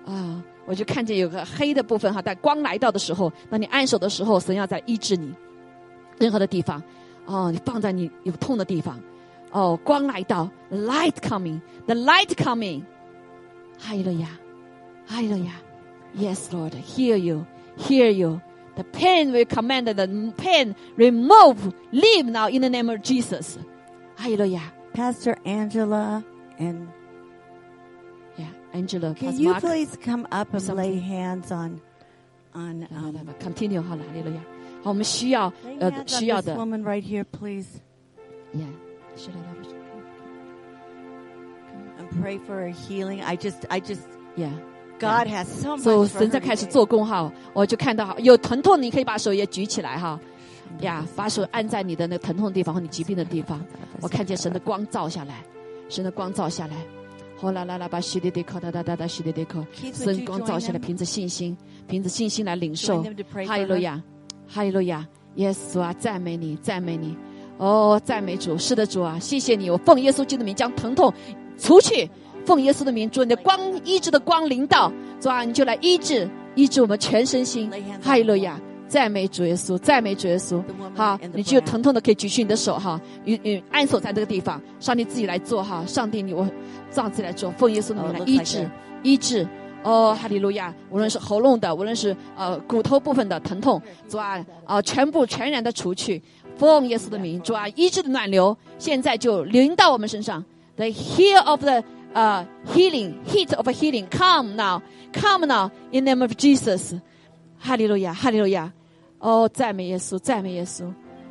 啊，我就看见有个黑的部分哈，但光来到的时候，当你按手的时候，神要在医治你任何的地方，哦，你放在你有痛的地方，哦，光来到，light coming，the light coming，哈利路亚，哈利路亚，Yes Lord，hear you，hear you，the pain will command the pain remove，leave now in the name of Jesus，哈利路亚 Pastor Angela and ，Yeah，Angela， can Pastor you Mark please come up and lay something. hands on on 来 um, uh, 来来，continue 好了，哈利路亚。好，我们需要 lay 呃 hands 需 on 要 this 的 woman right here, please, Yeah，是的来吧 and pray for her healing. I just, I just, ，Yeah。 God has so much. 所以 for 神 her 在开始 today. 做工哈，我就看到有疼痛，你可以把手也举起来哈，嗯呀，把手按在你的那个疼痛的地方和你疾病的地方，我看见神的光照下来，神的光照下来，哗啦啦啦，把西滴滴口哒哒哒哒西滴滴口， Keith, would 神 you 光 join 照下来， them? 凭着信心，凭着信心来领 Join 受 them to pray，for 哈利路亚，哈利路亚，耶稣啊，赞美你，赞美你，哦，赞美主，是的，主啊，谢谢你，我奉耶稣基督的名将疼痛除去，奉耶稣的名，主你的光医治的光临到，主啊，你就来医治，医治我们全身心 Lay hands on，哈利路亚。赞美主耶稣，赞美主耶稣 The woman！好 and the，你就 bride 疼痛的可以举起你的手哈，与与按手在这个地方，上帝自己来做哈，上帝你我上帝来做，奉耶稣的 Oh, 名来 looks 医 like 治 a- 医治。哦，哈利路亚！无论是喉咙的，无论是呃骨头部分的疼痛，主啊，啊、全部全然的除去，奉耶稣的名，主啊，医治的暖流现在就淋到我们身上。The heal of the 呃、healing heat of healing come now come now in the name of Jesus，哈利路亚，哈利路亚！哦，赞美耶稣，赞美耶稣，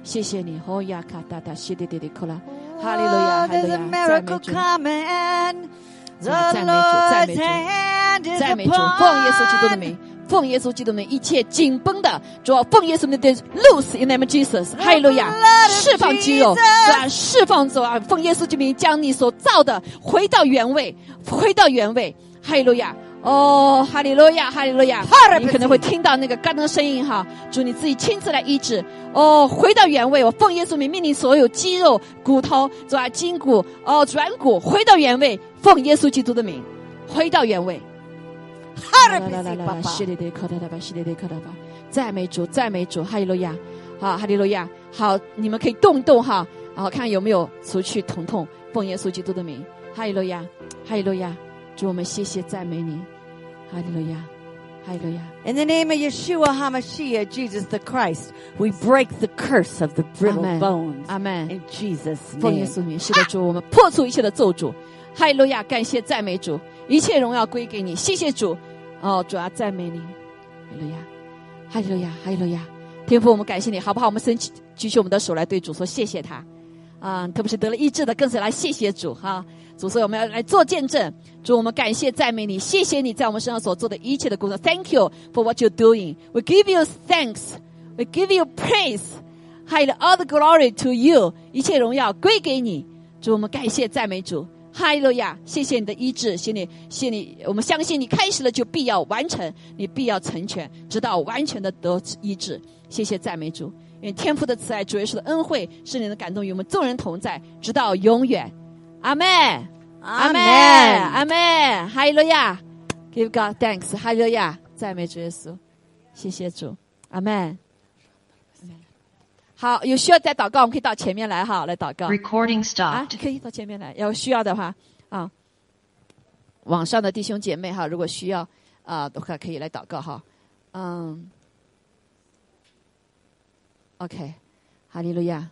谢谢你，哦呀卡哒哒，西滴滴滴扣啦，哈利路 Oh, 亚，哈利路 there's a 亚，赞美 miracle 主。 coming. The 赞美主，赞美 Lord's 主 hand is 赞美主，奉耶稣基督的 upon 名，奉耶稣基督的名，一切紧绷的，主啊，奉耶稣的名的 loose in the name of Jesus，哈利路亚 blood，of 释放肌肉，主 Jesus 啊，释放主啊，奉耶稣之名，将你所造的回到原位，回到原位，哈利路亚。哦，哈利路亚，哈利路亚！你可能会听到那个嘎噔声音哈，主你自己亲自来医治。哦，回到原位，我奉耶稣名命令所有肌肉、骨头、主啊、筋骨、哦、软骨回到原位，奉耶稣基督的名，回到原位。 Hara 啦啦啦啦啦 papa. 是的的，靠他的吧，是的的，靠他吧。赞美主，赞美主，哈利路亚，好，哈利路亚，好，你们可以动一动哈，然后看有没有除去疼痛，奉耶稣基督的名，哈利路亚，哈利路亚，主我们谢谢赞美你，哈利路亚，哈利路亚。 In the name of Yeshua HaMashiach, Jesus the Christ, we break the curse of the brittle Amen. bones. 阿门。 In Jesus' 奉耶 name. 稣名，是的，主，我们破除一切的咒诅。哈利路亚，感谢赞美主，一切荣耀归给你，谢谢主。哦，主啊，赞美你，哈利路亚，哈利路亚，哈利路亚。天父，我们感谢你，好不好？我们伸起举起我们的手来，对主说谢谢他。啊，特别是得了医治的，更是来谢谢主哈、主所以我们要来做见证。主，我们感谢赞美你，谢谢你在我们身上所做的一切的工作。Thank you for what you're doing. We give you thanks. We give you praise. 还有 all the glory to you，一切荣耀归给你。主，我们感谢赞美主，哈利路亚！谢谢你的医治，谢谢你，谢谢你，我们相信你开始了就必要完成，你必要成全，直到完全的得医治。谢谢赞美主，愿天父的慈爱、主耶稣的恩惠、圣灵的感动与我们众人同在，直到永远。阿妹，阿妹，阿妹，哈利路亚！Give God thanks，哈利路亚！赞美主耶稣，谢谢主，阿妹。好，有需要再祷告，我们可以到前面来哈，来祷告。 Recording 啊 stopped.，可以到前面来，要需要的话啊，网上的弟兄姐妹哈，如果需要啊的话，可以来祷告哈。嗯，OK，哈利路亚，